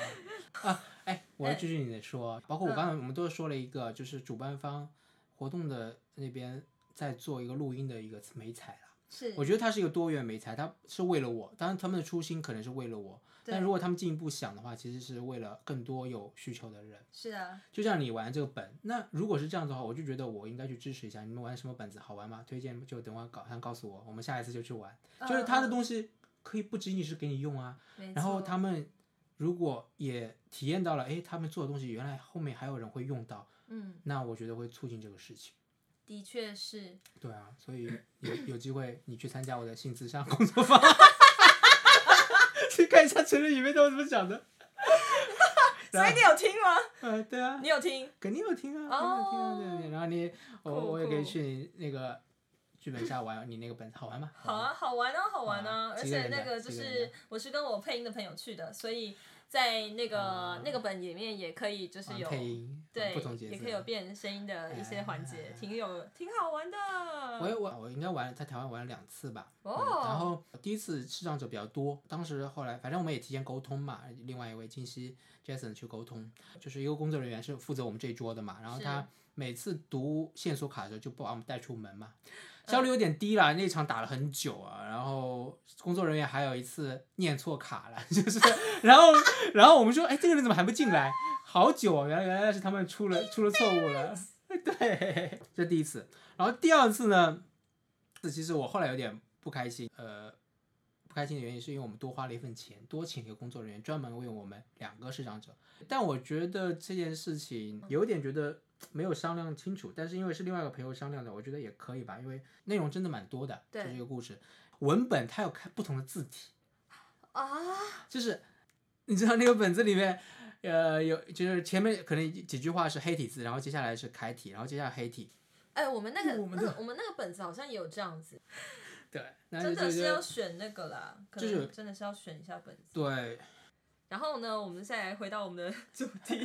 Speaker 2: 啊！哎，我要继续你的说，啊包括我刚才我们都说了一个，就是主办方活动的那边在做一个录音的一个美彩啦。
Speaker 1: 是
Speaker 2: 我觉得它是一个多元美才，它是为了我，当然他们的初心可能是为了我，但如果他们进一步想的话，其实是为了更多有需求的人。
Speaker 1: 是啊，
Speaker 2: 就像你玩这个本，那如果是这样子的话，我就觉得我应该去支持一下。你们玩什么本子好玩吗？推荐就等我搞，上告诉我，我们下一次就去玩。就是他
Speaker 1: 嗯
Speaker 2: 的东西可以不仅仅是给你用啊，
Speaker 1: 没
Speaker 2: 然后
Speaker 1: 错
Speaker 2: 他们如果也体验哎到了，诶，他们做的东西原来后面还有人会用到，
Speaker 1: 嗯
Speaker 2: 那我觉得会促进这个事情。
Speaker 1: 的确是，
Speaker 2: 对啊，所 以有有机会你去参加我的性智商工作坊， 去看一下群里里面都有怎么 讲的。啊
Speaker 3: 所以你有听吗？
Speaker 2: 呃，对啊，
Speaker 3: 你有听？
Speaker 2: 肯定有听啊，肯定有听啊，对对对。然后你，我
Speaker 3: 酷
Speaker 2: 我也可以
Speaker 3: 酷
Speaker 2: 去你那个剧本下玩，你那个本好玩吗？
Speaker 3: 好啊，好玩
Speaker 1: 哦
Speaker 3: 啊，好玩啊！
Speaker 2: 啊
Speaker 3: 而
Speaker 2: 几个
Speaker 3: 且
Speaker 2: 人的
Speaker 3: 那个就
Speaker 2: 几个人
Speaker 3: 是我是跟我配音的朋友去的，所以在那个、那个本里面也可以就是
Speaker 2: 哦玩，
Speaker 3: 有
Speaker 2: 配音，玩
Speaker 3: 对
Speaker 2: 呃不同节，
Speaker 3: 也
Speaker 2: 奏啊
Speaker 3: 可以有。变声音的一些环节，
Speaker 2: 哎
Speaker 3: 挺有挺好玩的。
Speaker 2: 我也玩，我应该玩在台湾玩了两次吧。嗯
Speaker 3: 哦
Speaker 2: 然后第一次视障者比较多，当时后来反正我们也提前沟通嘛，另外一位金熙 Jason 去沟通，就是一个工作人员是负责我们这一桌的嘛，然后
Speaker 1: 是
Speaker 2: 他每次读线索卡的时候就不把我们带出门嘛，效率有点低啦，那场打了很久啊，然后工作人员还有一次念错卡了， 就是然后然后我们说，哎，这个人怎么还不进来？好久啊，原来原来是他们出了出了错误了，对，这第一次，然后第二次呢，这其实我后来有点不开心，呃，不开心的原因是因为我们多花了一份钱，多请了一个工作人员专门为我们两个视障者。但我觉得这件事情有点觉得没有商量清楚，但是因为是另外一个朋友商量的，我觉得也可以吧，因为内容真的蛮多的，
Speaker 1: 对
Speaker 2: 就这个故事文本它有看不同的字体，
Speaker 1: 啊，
Speaker 2: 就是你知道那个本子里面，呃，有就是前面可能几句话是黑体字，然后接下来是楷体，然后接下来黑体，
Speaker 1: 哎、我们那个
Speaker 2: 我们
Speaker 1: 那
Speaker 2: 的
Speaker 1: 个我们那个本子好像也有这样子，
Speaker 2: 对，那
Speaker 3: 真的
Speaker 2: 就是
Speaker 3: 要选那个啦，可
Speaker 2: 就是
Speaker 3: 能真的是要选一下本子。
Speaker 2: 对，
Speaker 3: 然后呢，我们再来回到我们的 主题。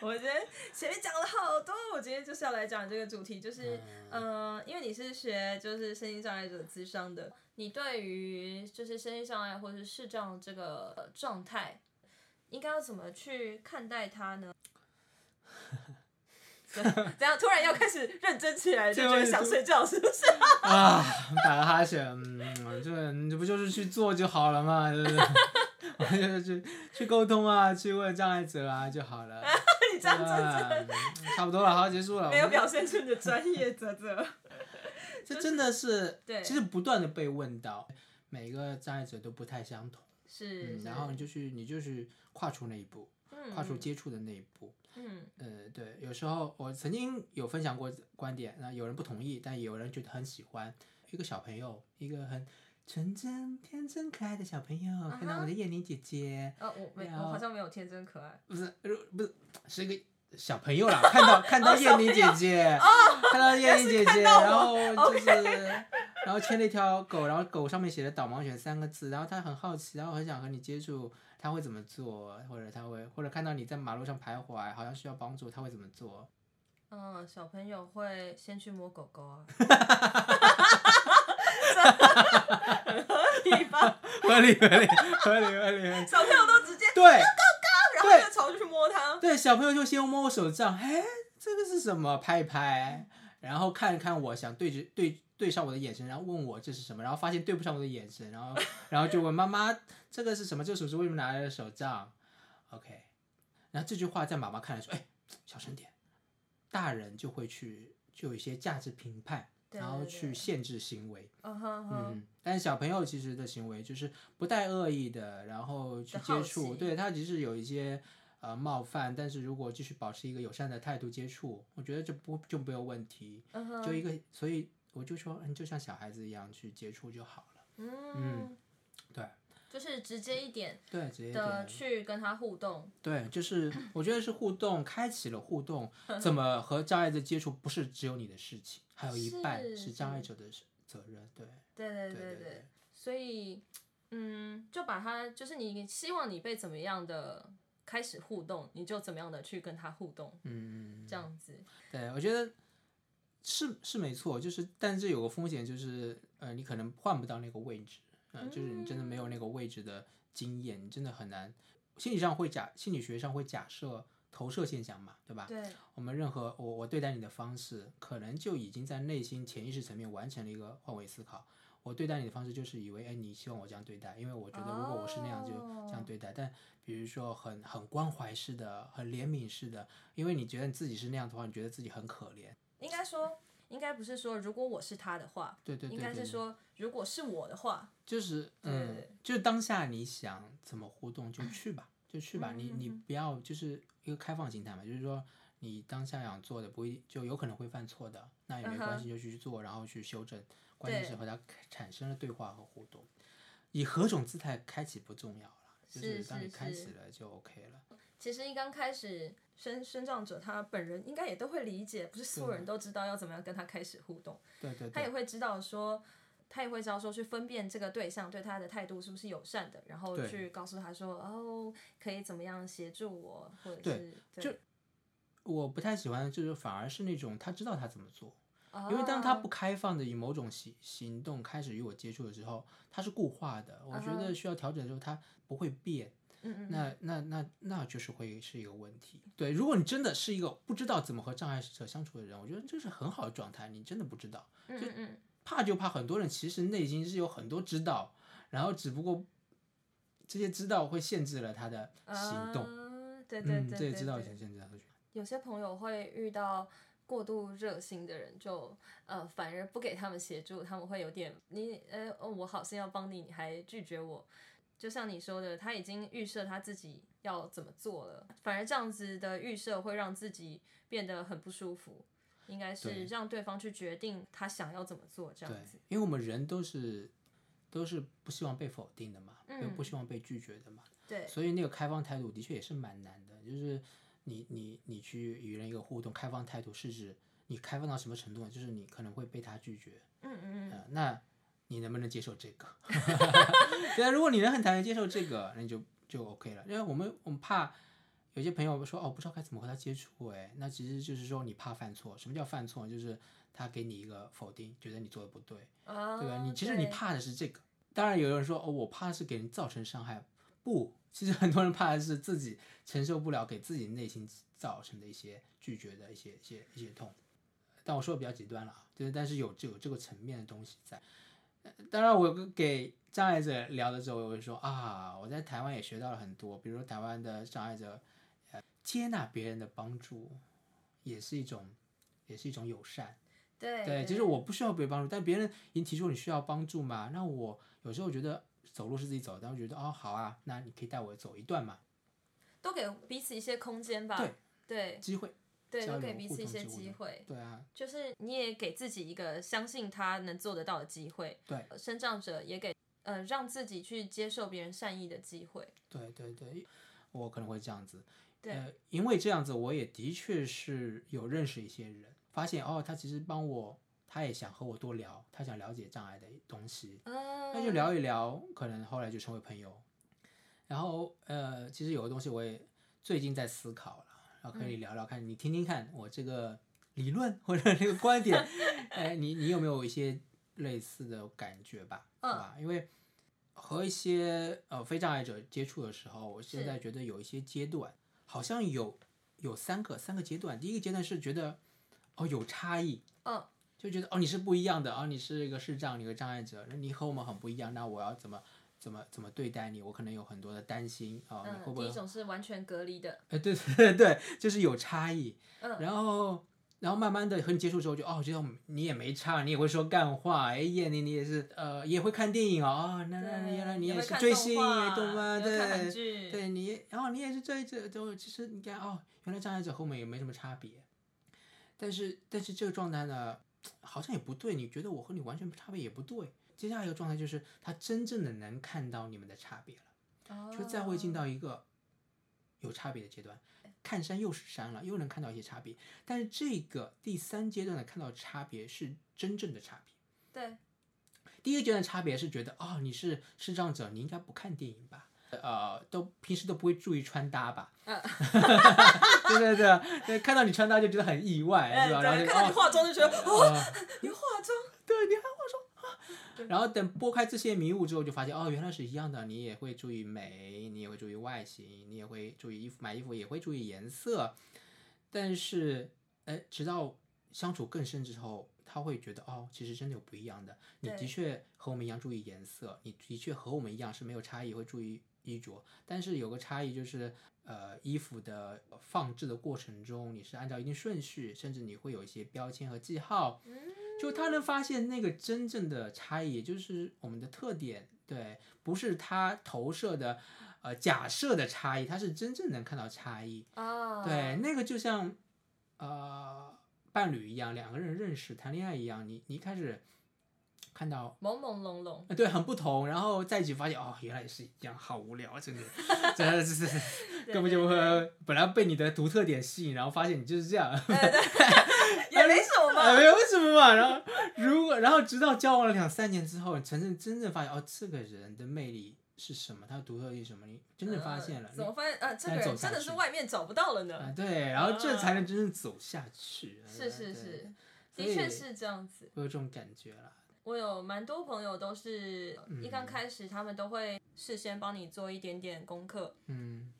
Speaker 3: 我今天前面讲了好多，我今天就是要来讲这个主题，就是
Speaker 2: 嗯
Speaker 3: 呃，因为你是学就是身心障碍者智商的，
Speaker 1: 你对于就是身心障碍或者视障这个呃状态，应该要怎么去看待 它呢？
Speaker 3: 怎样突然要开始认真起来，就
Speaker 2: 这
Speaker 3: 觉得
Speaker 2: 位
Speaker 3: 想
Speaker 2: 主
Speaker 3: 睡觉，是不是？
Speaker 2: 啊，打个哈欠，嗯，这你不就是去做就好了嘛，对不 对？我就是去去沟通啊，去问障碍者啊就 好了。
Speaker 3: 你这样真的
Speaker 2: 嗯差不多了，好，结束了。
Speaker 3: 没有
Speaker 2: 我们
Speaker 3: 表现出你的专业，泽 泽。
Speaker 2: 这真的是，
Speaker 3: 对
Speaker 2: 其实不断的被问到，每个障碍者都不太相同，
Speaker 1: 是，
Speaker 2: 嗯，
Speaker 1: 是
Speaker 2: 然后你就去你就去跨出那一步，
Speaker 3: 嗯
Speaker 2: 跨出接触的那一步。
Speaker 1: 嗯，
Speaker 2: 呃，对，有时候我曾经有分享过观点，那有人不同意，但也有人觉得很喜欢。一个小朋友，一个很纯真、天真、可爱的小朋友，
Speaker 3: 啊
Speaker 2: 看到我的燕妮姐姐，
Speaker 1: 呃，我没，
Speaker 2: 然
Speaker 1: 我
Speaker 2: 后
Speaker 1: 好像没有天真可爱，
Speaker 2: 不是，呃不是，是一个小朋友啦，看到
Speaker 3: 哦
Speaker 2: 看到燕妮姐姐，看到燕妮姐姐，
Speaker 3: 到
Speaker 2: 然后
Speaker 3: 我
Speaker 2: 就是，然后牵了一条狗，然后狗上面写了“导盲犬”三个字，然后他很好奇，然后很想和你接触，他会怎么做，或者他会，或者看到你在马路上徘徊，好像需要帮助，他会怎么做？
Speaker 1: 嗯，小朋友会先去摸狗狗 啊，
Speaker 3: 地方，
Speaker 2: 合理合理合理合理，合理
Speaker 3: 小朋友都直接，
Speaker 2: 对
Speaker 3: 然后就冲去摸它。
Speaker 2: 对，小朋友就先摸我手杖，哎，这个是什么？拍一拍，然后看看我，想对着对对上我的眼神，然后问我这是什么，然后发现对不上我的眼神，然后然后就问妈妈这个是什么？这个手是为什么拿来的手杖？OK，然后这句话在妈妈看来说，哎，小声点，大人就会去就有一些价值评判，
Speaker 1: 对
Speaker 2: 然后
Speaker 1: 对
Speaker 2: 去
Speaker 1: 对
Speaker 2: 限制行为。
Speaker 1: 嗯哼哼，
Speaker 2: 嗯，但是小朋友其实的行为就是不带恶意的，然后去
Speaker 1: 的
Speaker 2: 接
Speaker 1: 好
Speaker 2: 触，
Speaker 1: 奇
Speaker 2: 对他即使有一些呃冒犯，但是如果继续保持一个友善的态度接触，我觉得这不就没有问题，
Speaker 1: 嗯哼，
Speaker 2: 就一个，所以我就说，嗯，就像小孩子一样去接触就好了，
Speaker 1: 嗯，
Speaker 2: 对，
Speaker 1: 就是直接一点
Speaker 2: 对，直接
Speaker 1: 的
Speaker 2: 点，
Speaker 1: 去跟他互动，
Speaker 2: 对，就是我觉得是互动，开启了互 动，怎么和障碍者接触，不是只有你的事情，还有一半
Speaker 1: 是
Speaker 2: 是障碍者的事责任，对，
Speaker 1: 对对
Speaker 2: 对
Speaker 1: 对
Speaker 2: 对
Speaker 1: 对，所以，嗯，就把他就是你希望你被怎么样的开始互动，你就怎么样的去跟他互动，
Speaker 2: 嗯，
Speaker 1: 这样子，
Speaker 2: 对，我觉得是是没错，就是但是有个风险就是，呃，你可能换不到那个位置，嗯、就是你真的没有那个位置的经验，你真的很难。心理上会假，心理学上会假设投射现象嘛，对吧？
Speaker 1: 对，
Speaker 2: 我们任何我我对待你的方式，可能就已经在内心潜意识层面完成了一个换位思考。我对待你的方式就是以为，哎，你希望我这样对待，因为我觉得如果我是那样就
Speaker 1: 哦
Speaker 2: 这样对待。但比如说很很关怀式的、很怜悯式的，因为你觉得你自己是那样的话，你觉得自己很可怜。
Speaker 1: 应该说，应该不是说如果我是他的话，
Speaker 2: 对对对
Speaker 1: 应该
Speaker 2: 对
Speaker 1: 是说如果是我的话，
Speaker 2: 就是嗯
Speaker 3: 对，
Speaker 2: 就是当下你
Speaker 1: 嗯
Speaker 2: 想怎么互动就去吧，就去吧，你你不要就是一个开放心态嘛，就是说你当下想做的不一就有可能会犯错的，那
Speaker 1: 嗯
Speaker 2: 也没关系，就去做，然后去修正。关键是和他产生了对话和互动，以何种姿态开启不重要了，就是当你
Speaker 1: 是
Speaker 2: 开
Speaker 1: 是
Speaker 2: 启了就 OK 了。
Speaker 3: 其实一刚开始，生生长者他本人应该也都会理解，不是所有人都知道要怎么样跟他开始互动，
Speaker 2: 对对
Speaker 3: 他
Speaker 2: 对，
Speaker 3: 也会知道说，他也会知道说去分辨这个对象对他的态度是不是友善的，然后
Speaker 2: 对
Speaker 3: 去告诉他说，哦，可以怎么样协助我，或者
Speaker 2: 对
Speaker 3: 是
Speaker 2: 就我不太喜欢，就是反而是那种他知道他怎么做，
Speaker 3: 因
Speaker 2: 因为当他
Speaker 3: 哦
Speaker 2: 不开放的以某种行行动开始与我接触的时候，他是固化的。我觉得需要调整的时候，他不会变。
Speaker 3: 嗯
Speaker 2: 那那那那就是会是一个问题。对，如果你真的是一个不知道怎么和障碍者相处的人，我觉得这是很好的状态。你真的不知道，
Speaker 3: 嗯嗯嗯，
Speaker 2: 怕就怕很多人其实内心是有很多知道，然后只不过这些知道会限制了他的行动。
Speaker 3: 嗯啊对对对
Speaker 2: 嗯，这
Speaker 3: 对
Speaker 2: 些知道
Speaker 3: 对
Speaker 2: 限限制了他的行动。
Speaker 1: 有些朋友会遇到过度热心的人，就呃反而不给他们协助，他们会有点你呃、哦我好心要帮你，你还拒绝我。就像你说的，他已经预设他自己要怎么做了，反而这样子的预设会让自己变得很不舒服。应该
Speaker 2: 对
Speaker 1: 是让对方去决定他想要怎么做，这样
Speaker 2: 对
Speaker 1: 子。，
Speaker 2: 因为我们人都是都是不希望被否定的嘛，又不
Speaker 1: 嗯
Speaker 2: 希望被拒绝的嘛。
Speaker 3: 对
Speaker 2: 所以那个开放态度的确也是蛮难的，就是你你你去与人一个互动，开放态度是指你开放到什么程度呢？就是你可能会被他拒绝，
Speaker 3: 嗯嗯嗯，
Speaker 2: 呃，那你能不能接受这个？ 对啊，如果你能很坦然接受这个，那你就就 OK 了。因为我们我们怕有些朋友说哦，不知道该怎么和他接触，哎，那其实就是说你怕犯错。什么叫犯错？就是他给你一个否定，觉得你做的不对，
Speaker 3: 啊，
Speaker 2: 嗯对吧？
Speaker 1: 哦
Speaker 2: 你其实你
Speaker 3: 对
Speaker 2: 怕的是这个。当然，有人说哦，我怕的是给人造成伤害，不，其实很多人怕的是自己承受不了，给自己内心造成的一些拒绝的一些一些一些痛。但我说的比较极端了啊，就是但是有这有这个层面的东西在。呃当然，我跟给障碍者聊的时候，我会说啊，我在台湾也学到了很多，比如说台湾的障碍者，呃，接纳别人的帮助，也是一种，也是一种友善。
Speaker 3: 对
Speaker 2: 对，其实我不需要别人帮助，但别人已经提出你需要帮助嘛，那我有时候觉得走路是自己走的，但我觉得哦好啊，那你可以带我走一段嘛，
Speaker 1: 都给彼此一些空间吧。
Speaker 2: 对
Speaker 1: 对
Speaker 2: 机会，
Speaker 1: 对，
Speaker 2: 交
Speaker 1: 都
Speaker 2: 流
Speaker 1: 给彼
Speaker 2: 互
Speaker 1: 此一
Speaker 2: 动
Speaker 1: 些
Speaker 2: 之物
Speaker 1: 机
Speaker 2: 的
Speaker 1: 会。
Speaker 2: 对啊，
Speaker 1: 就是你也给自己一个相信他能做得到的机会。
Speaker 2: 对
Speaker 1: 呃，生长者也给呃让自己去接受别人善意的机会。
Speaker 2: 对对对，我可能会这样子，
Speaker 1: 对
Speaker 2: 呃，因为这样子我也的确是有认识一些人，发现哦，他其实帮我，他也想和我多聊，他想了解障碍的东西，
Speaker 1: 嗯，
Speaker 2: 那就聊一聊，可能后来就成为朋友。然后呃，其实有个东西我也最近在思考了，然后可以
Speaker 1: 嗯
Speaker 2: 聊聊看，你听听看我这个理论或者这个 观点，哎，你你有没有一些类似的感觉吧？好吧，
Speaker 1: 嗯
Speaker 2: 因为和一些呃非障碍者接触的时候，我现
Speaker 1: 是
Speaker 2: 在觉得有一些阶段，好像有有三个三个阶段，第一个阶段是觉得哦有差异，
Speaker 1: 嗯，
Speaker 2: 就觉得哦你是不一样的啊、哦，你是一个视障，你个障碍者，那你和我们很不一样，那我要怎么怎么怎么对待你？我可能有很多的担心啊、你会
Speaker 1: 嗯，
Speaker 2: 不
Speaker 1: 第
Speaker 2: 会
Speaker 1: 一种是完全隔离的，
Speaker 2: 呃，对 对对对，就是有差异。
Speaker 1: 嗯
Speaker 2: 然后然后慢慢的和你接触之后就，哦，觉得我们你也没差，你也会说干话，哎，燕妮你也是呃也会看电影哦，哦那那那原来你
Speaker 3: 也
Speaker 2: 也
Speaker 3: 会
Speaker 2: 是
Speaker 3: 看
Speaker 2: 追
Speaker 3: 动
Speaker 2: 星
Speaker 3: 画
Speaker 2: 动漫，
Speaker 3: 也会看韩
Speaker 2: 对
Speaker 3: 剧，
Speaker 2: 对，你也然后你也是追这都其实你看哦，原来障碍者和我们也没什么差别，但是但是这个状态呢，好像也不对，你觉得我和你完全差别也不对。接下来一个状态就是他真正的能看到你们的差别了。就再会进
Speaker 1: 哦
Speaker 2: 到一个有差别的阶段，看山又是山了，又能看到一些差别。但是这个第三阶段的看到差别是真正的差别。
Speaker 1: 对，
Speaker 2: 第一个阶段的差别是觉得哦，你是视障者，你应该不看电影吧？呃，都平时都不会注意穿搭吧？
Speaker 1: 嗯
Speaker 2: 对对对，对看到你穿搭就觉得很意外，
Speaker 3: 哎
Speaker 2: 是吧？然后
Speaker 3: 对，
Speaker 2: 就
Speaker 3: 看到你
Speaker 2: 哦，
Speaker 3: 化妆就觉得哦，
Speaker 2: 呃
Speaker 3: 你化妆，
Speaker 2: 对，你还 我说啊。然后等拨开这些迷雾之后，就发现哦，原来是一样的。你也会注意美，你也会注意外形，你也会注意衣服，买衣服也会注意颜色。但是，哎，直到相处更深之后，他会觉得哦，其实真的有不一样的。你的
Speaker 1: 对
Speaker 2: 确和我们一样注意颜色，你的确和我们一样是没有差异，会注意衣着。但是有个差异就是，呃，衣服的放置的过程中，你是按照一定顺序，甚至你会有一些标签和记号。就他能发现那个真正的差异，也就是我们的特点，对，不是他投射的，呃，假设的差异，他是真正能看到差异。
Speaker 1: 哦，
Speaker 2: 对，那个就像呃伴侣一样，两个人认识谈恋爱一样，你你一开始看到
Speaker 1: 朦朦胧胧，
Speaker 2: 呃对很不同，然后在一起发现哦原来也是一样，好无聊啊，真的，真的是 根本就会本来被你的独特点吸引，然后发现你就是 这样，
Speaker 1: 也没什么嘛。
Speaker 2: 没有什么嘛。然后如果然后直到交往了两三年之后，你真正真正发现哦，这个人的魅力是什么，他的独特性是什么，你真正发现了
Speaker 1: 呃，怎么发现？呃，这个
Speaker 2: 再走
Speaker 1: 人
Speaker 2: 下
Speaker 1: 真的是
Speaker 2: 去
Speaker 1: 外面找不到了
Speaker 2: 啊、
Speaker 1: 呢。
Speaker 2: 对，然后这才能真正走下去。
Speaker 1: 嗯是是
Speaker 2: 对
Speaker 1: 是，
Speaker 2: 所
Speaker 1: 的确
Speaker 2: 以
Speaker 1: 是这样子。
Speaker 2: 会有这种感觉啦。
Speaker 1: 我有蛮多朋友都是
Speaker 2: 嗯
Speaker 1: 一刚开始，他们都会事先帮你做一点点功课，
Speaker 2: 嗯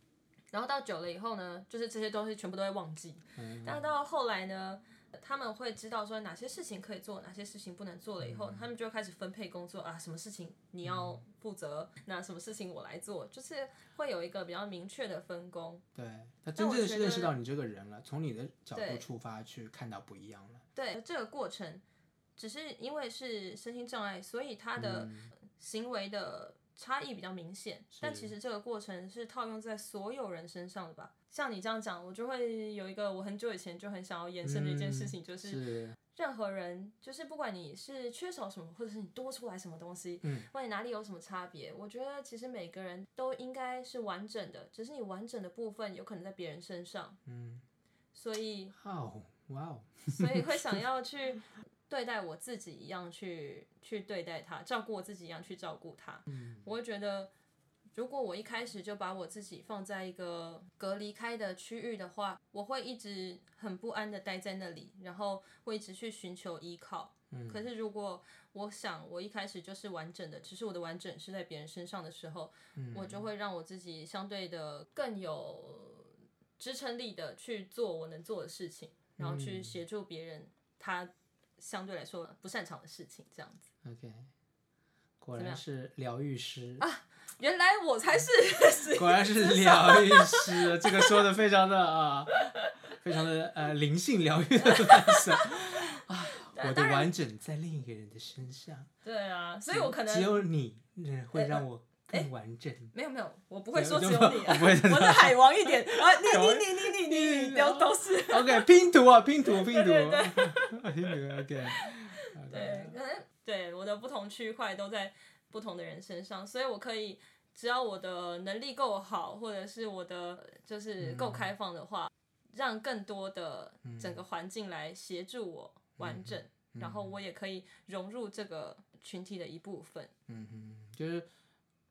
Speaker 1: 然后到久了以后呢，就是这些东西全部都会忘记。
Speaker 2: 嗯
Speaker 1: 但到后来呢，他们会知道说哪些事情可以做，哪些事情不能做了以
Speaker 2: 嗯
Speaker 1: 后，他们就会开始分配工作啊，什么事情你要负责，那什么事情我来做，就是会有一个比较明确的分工。
Speaker 2: 对他真
Speaker 1: 我
Speaker 2: 正
Speaker 1: 觉
Speaker 2: 是
Speaker 1: 得
Speaker 2: 认识到你这个人了，从你的角度
Speaker 1: 对
Speaker 2: 出发去看到不一样了。
Speaker 1: 对这个过程，只是因为是身心障碍，所以他的
Speaker 2: 嗯
Speaker 1: 行为的差异比较明显。但其实这个过程是套用在所有人身上的吧？像你这样讲，我就会有一个我很久以前就很想要延伸的一件事情，
Speaker 2: 嗯
Speaker 1: 就是
Speaker 2: 是
Speaker 1: 任何人，就是不管你是缺少什么，或者是你多出来什么东西，
Speaker 2: 嗯，
Speaker 1: 或者你哪里有什么差别，我觉得其实每个人都应该是完整的，只是你完整的部分有可能在别人身上，
Speaker 2: 嗯，
Speaker 1: 所以
Speaker 2: 哇哦哇哦，
Speaker 1: 所以会想要去对待我自己一样去去对待他，照顾我自己一样去照顾他。
Speaker 2: 嗯
Speaker 1: 我会觉得，如果我一开始就把我自己放在一个隔离开的区域的话，我会一直很不安的待在那里，然后会一直去寻求依靠。
Speaker 2: 嗯
Speaker 1: 可是如果我想我一开始就是完整的，只是我的完整是在别人身上的时候，
Speaker 2: 嗯，
Speaker 1: 我就会让我自己相对的更有支撑力的去做我能做的事情，然后去
Speaker 2: 嗯
Speaker 1: 协助别人他相对来说不擅长的事情，这样子。
Speaker 2: OK，果
Speaker 1: 怎么
Speaker 2: 然
Speaker 1: 样
Speaker 2: 是疗愈师，
Speaker 1: 原来我才是 是啊
Speaker 2: 果然是疗愈师，这个说的非常的啊，非常的呃灵性疗愈 的感受啊，我的完整在另一个人的身上，
Speaker 1: 对啊，所以我可
Speaker 2: 只
Speaker 1: 能呃哎
Speaker 2: 有你嗯会让我更完整。
Speaker 1: 没有没有，我不会
Speaker 2: 有
Speaker 1: 说
Speaker 2: 就
Speaker 1: 只有你啊，
Speaker 2: 我不会这样
Speaker 1: 我的海王一点啊，你
Speaker 2: 有
Speaker 1: 你你你你你
Speaker 2: 你
Speaker 1: 都都是
Speaker 2: OK，拼图啊，拼图，拼图，
Speaker 1: 对
Speaker 2: 拼图，OK，
Speaker 1: 对，可能对我的不同区块都在不同的人身上，所以我可以只要我的能力够好，或者是我的呃就是够开放的话，让更多的整个环境来协助我完整，然后我也可以融入这个群体的一部分。
Speaker 2: 嗯嗯，就是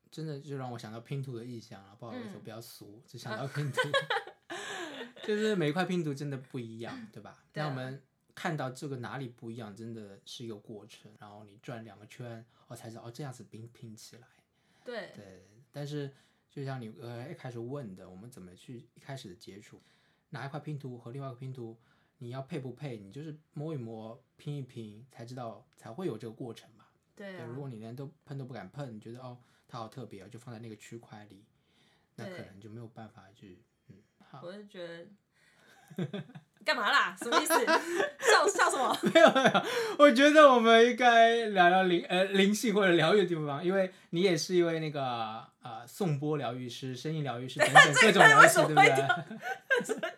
Speaker 2: 真的就让我想到拼图的意象啊，不好意思，我比较
Speaker 1: 嗯
Speaker 2: 俗，只想到拼图， 就是每一块拼图真的不一样，对吧？
Speaker 1: 对
Speaker 2: 那
Speaker 1: 啊
Speaker 2: 我们看到这个哪里不一样，真的是一个过程，然后你转两个圈，哦，才知道哦，这样子拼拼起来，
Speaker 1: 对
Speaker 2: 对。但是就像你呃一开始问的，我们怎么去一开始的接触，哪一块拼图和另外一个拼图，你要配不配，你就是摸一摸，拼一拼，才知道才会有这个过程嘛。
Speaker 1: 对
Speaker 2: 对，
Speaker 1: 啊
Speaker 2: 如，果你连都碰都不敢碰，你觉得哦，它好特别哦，就放在那个区块里，那可
Speaker 1: 对
Speaker 2: 能就没有办法去，嗯，好，
Speaker 1: 我就觉得干嘛啦？什么意思？笑笑什么？
Speaker 2: 我觉得我们应该聊聊灵呃灵性或者疗愈的地方，因为你也是一位那个呃颂钵疗愈师、声音疗愈师等等各种疗愈师，对不对？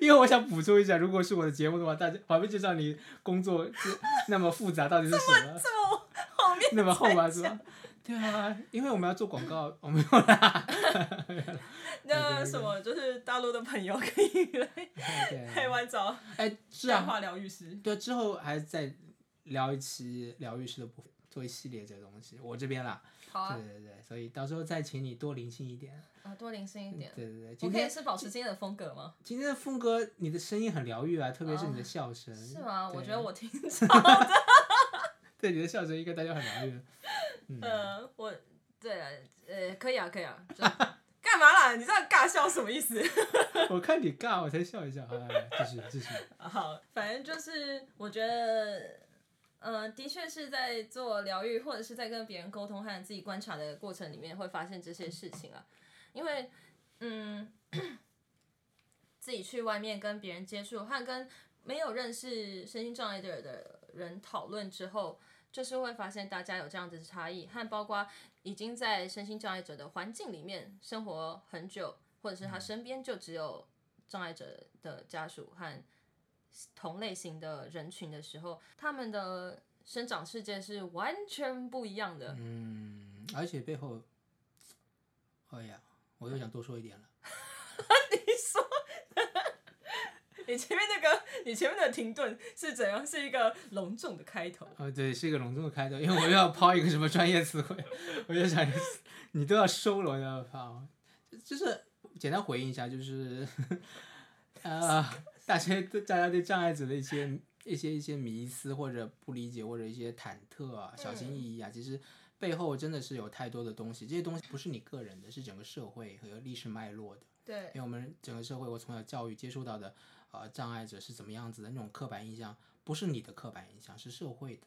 Speaker 2: 因为我想补充一下，如果是我的节目的话，大家旁边就知道你工作是那么复杂，到底是什么？
Speaker 1: 这么后面
Speaker 2: 那么厚吗？是吧？对啊，因为我们要做广告，我们要
Speaker 1: 那什么就是大陆的朋友可以来
Speaker 2: 对
Speaker 1: 台湾找
Speaker 2: 哎，是啊
Speaker 1: 量，化疗愈师。
Speaker 2: 对，之后还再聊一期疗愈师的部分，做一系列这个东西，我这边啦。
Speaker 1: 好啊，
Speaker 2: 对对对，所以到时候再请你多灵性一点。
Speaker 1: 啊多灵性一点。
Speaker 2: 对对对，
Speaker 1: 我
Speaker 2: 今
Speaker 1: 可以
Speaker 2: 天
Speaker 1: 是保持今天的风格吗？
Speaker 2: 今天的峰哥，你的声音很疗愈啊，特别是你的笑声。
Speaker 1: 哦是吗？
Speaker 2: 嗯对啊
Speaker 1: 我觉得我听着，
Speaker 2: 对你的笑声应该大家很疗愈。嗯，
Speaker 1: 呃，我对啊，呃，可以啊，可以啊。就 干嘛啦？你这样尬笑什么意思？
Speaker 2: 我看你尬，我才笑一笑。哎，继续继续。
Speaker 1: 好，反正就是我觉得，呃，的确是在做疗愈，或者是在跟别人沟通和自己观察的过程里面，会发现这些事情啊。因为，嗯， 自己去外面跟别人接触，和跟没有认识身心障碍者的人讨论之后。就是会发现大家有这样子的差异，和包括已经在身心障碍者的环境里面生活很久，或者是他身边就只有障碍者的家属和同类型的人群的时候，他们的生长世界是完全不一样的。
Speaker 2: 嗯，而且背后，哎呀，我又想多说一点了。
Speaker 3: 你前面那个，你前面的停顿是怎样？是一个隆重的开头。
Speaker 2: 呃，对，是一个隆重的开头，因为我又要抛一个什么专业词汇，我就想你都要收了，我就要抛，就就是简单回应一下，就是呃，大家对大家对障碍者的一些一些一些迷思或者不理解或者一些忐忑啊、小心翼翼啊，其实背后真的是有太多的东西，这些东西不是你个人的，是整个社会和历史脉络的。
Speaker 3: 对，
Speaker 2: 因为我们整个社会，我从小教育接触到的，呃，障碍者是怎么样子的那种刻板印象，不是你的刻板印象，是社会的，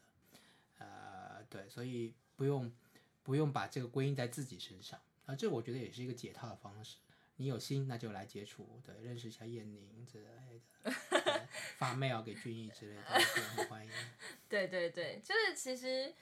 Speaker 2: 呃，对，所以不用不用把这个归因在自己身上，啊、这我觉得也是一个解套的方式。你有心，那就来接触，对，认识一下燕宁之类的对，发 mail 给俊逸之类的，都很欢迎。
Speaker 1: 对对对，就是其实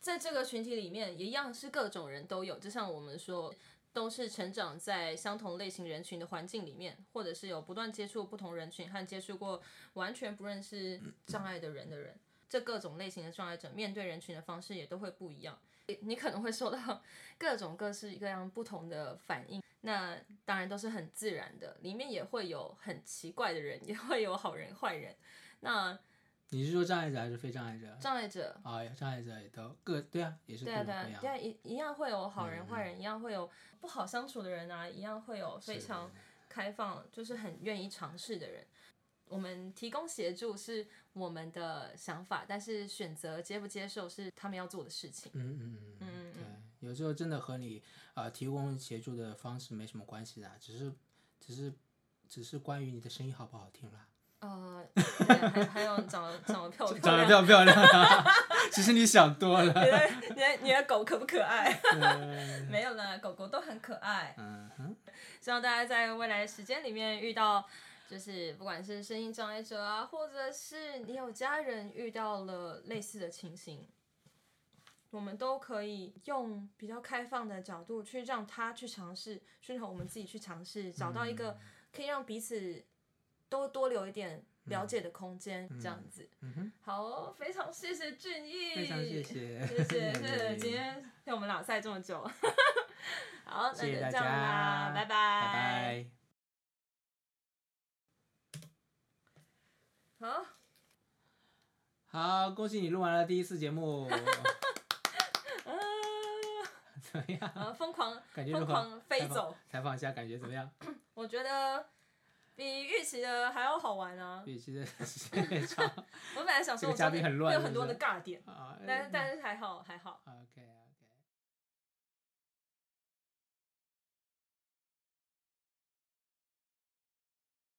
Speaker 1: 在这个群体里面，一样是各种人都有，就像我们说。都是成长在相同类型人群的环境里面，或者是有不断接触不同人群和接触过完全不认识障碍的人的人，这各种类型的障碍者面对人群的方式也都会不一样。你你可能会受到 各种各式各样不同的反应，那当然都是很自然的。里面也会有很奇怪的人，也会有好人坏人。那
Speaker 2: 你是说障碍者还是非障碍者？
Speaker 1: 障碍者
Speaker 2: 啊、障碍者也都各对啊，也是各
Speaker 1: 对啊，
Speaker 2: 种
Speaker 1: 对
Speaker 2: 各
Speaker 1: 啊，
Speaker 2: 样。
Speaker 1: 对啊，一一样会有好人
Speaker 2: 嗯
Speaker 1: 坏人，一样会有不好相处的人啊，一样会有非
Speaker 2: 是
Speaker 1: 常开放，就是很愿意尝试的人。我们提供协助是我们的想法，但是选择接不接受是他们要做的事情。
Speaker 2: 嗯嗯嗯嗯，对，有时候真的和你呃提供协助的方式没什么关系的啊，只是只是只是关于你的声音好不好听 啦，
Speaker 1: 呃，对还还有长得长得漂不漂
Speaker 2: 长得
Speaker 1: 亮？
Speaker 2: 漂不漂亮 啊？其实你想多
Speaker 3: 你
Speaker 2: 了。
Speaker 3: 的你的你的狗可不可爱？
Speaker 2: 嗯
Speaker 3: 没有啦，狗狗都很可爱。
Speaker 2: 嗯哼，
Speaker 1: 希望大家在未来的时间里面遇到，就是不管是声音障碍者啊，或者是你有家人遇到了类似的情形，我们都可以用比较开放的角度去让他去尝试，顺从我们自己去尝试，找到一
Speaker 2: 嗯
Speaker 1: 个可以让彼此都多留一点了解的空间，这样子。
Speaker 2: 嗯哼，
Speaker 1: 好哦，非常谢谢俊逸，
Speaker 2: 非常谢谢，
Speaker 1: 谢谢，谢谢，
Speaker 2: 谢
Speaker 1: 今天陪我们拉赛这么久。 好，那
Speaker 2: 谢
Speaker 1: 就
Speaker 2: 谢
Speaker 1: 这
Speaker 2: 大
Speaker 1: 样
Speaker 2: 家，
Speaker 1: 啦，拜拜，
Speaker 2: 拜拜。
Speaker 1: 好，
Speaker 2: 好，恭喜你录完了第一次节目，
Speaker 1: 啊，
Speaker 2: 怎么 样？
Speaker 1: 呃，疯狂
Speaker 2: 感觉如
Speaker 1: 疯
Speaker 2: 何？
Speaker 1: 狂飞走，
Speaker 2: 采访一下，感觉怎么样？
Speaker 1: 我觉得比预期的还要好玩啊！
Speaker 2: 比期的时间也长
Speaker 1: 我本来想说
Speaker 2: 这个
Speaker 1: 我
Speaker 2: 嘉
Speaker 1: 中
Speaker 2: 宾
Speaker 1: 间
Speaker 2: 很乱
Speaker 1: 会有
Speaker 2: 是
Speaker 1: 很
Speaker 2: 不
Speaker 1: 多
Speaker 2: 是
Speaker 1: 的尬点，
Speaker 2: 啊。
Speaker 1: 但但是还好还好。
Speaker 2: OK。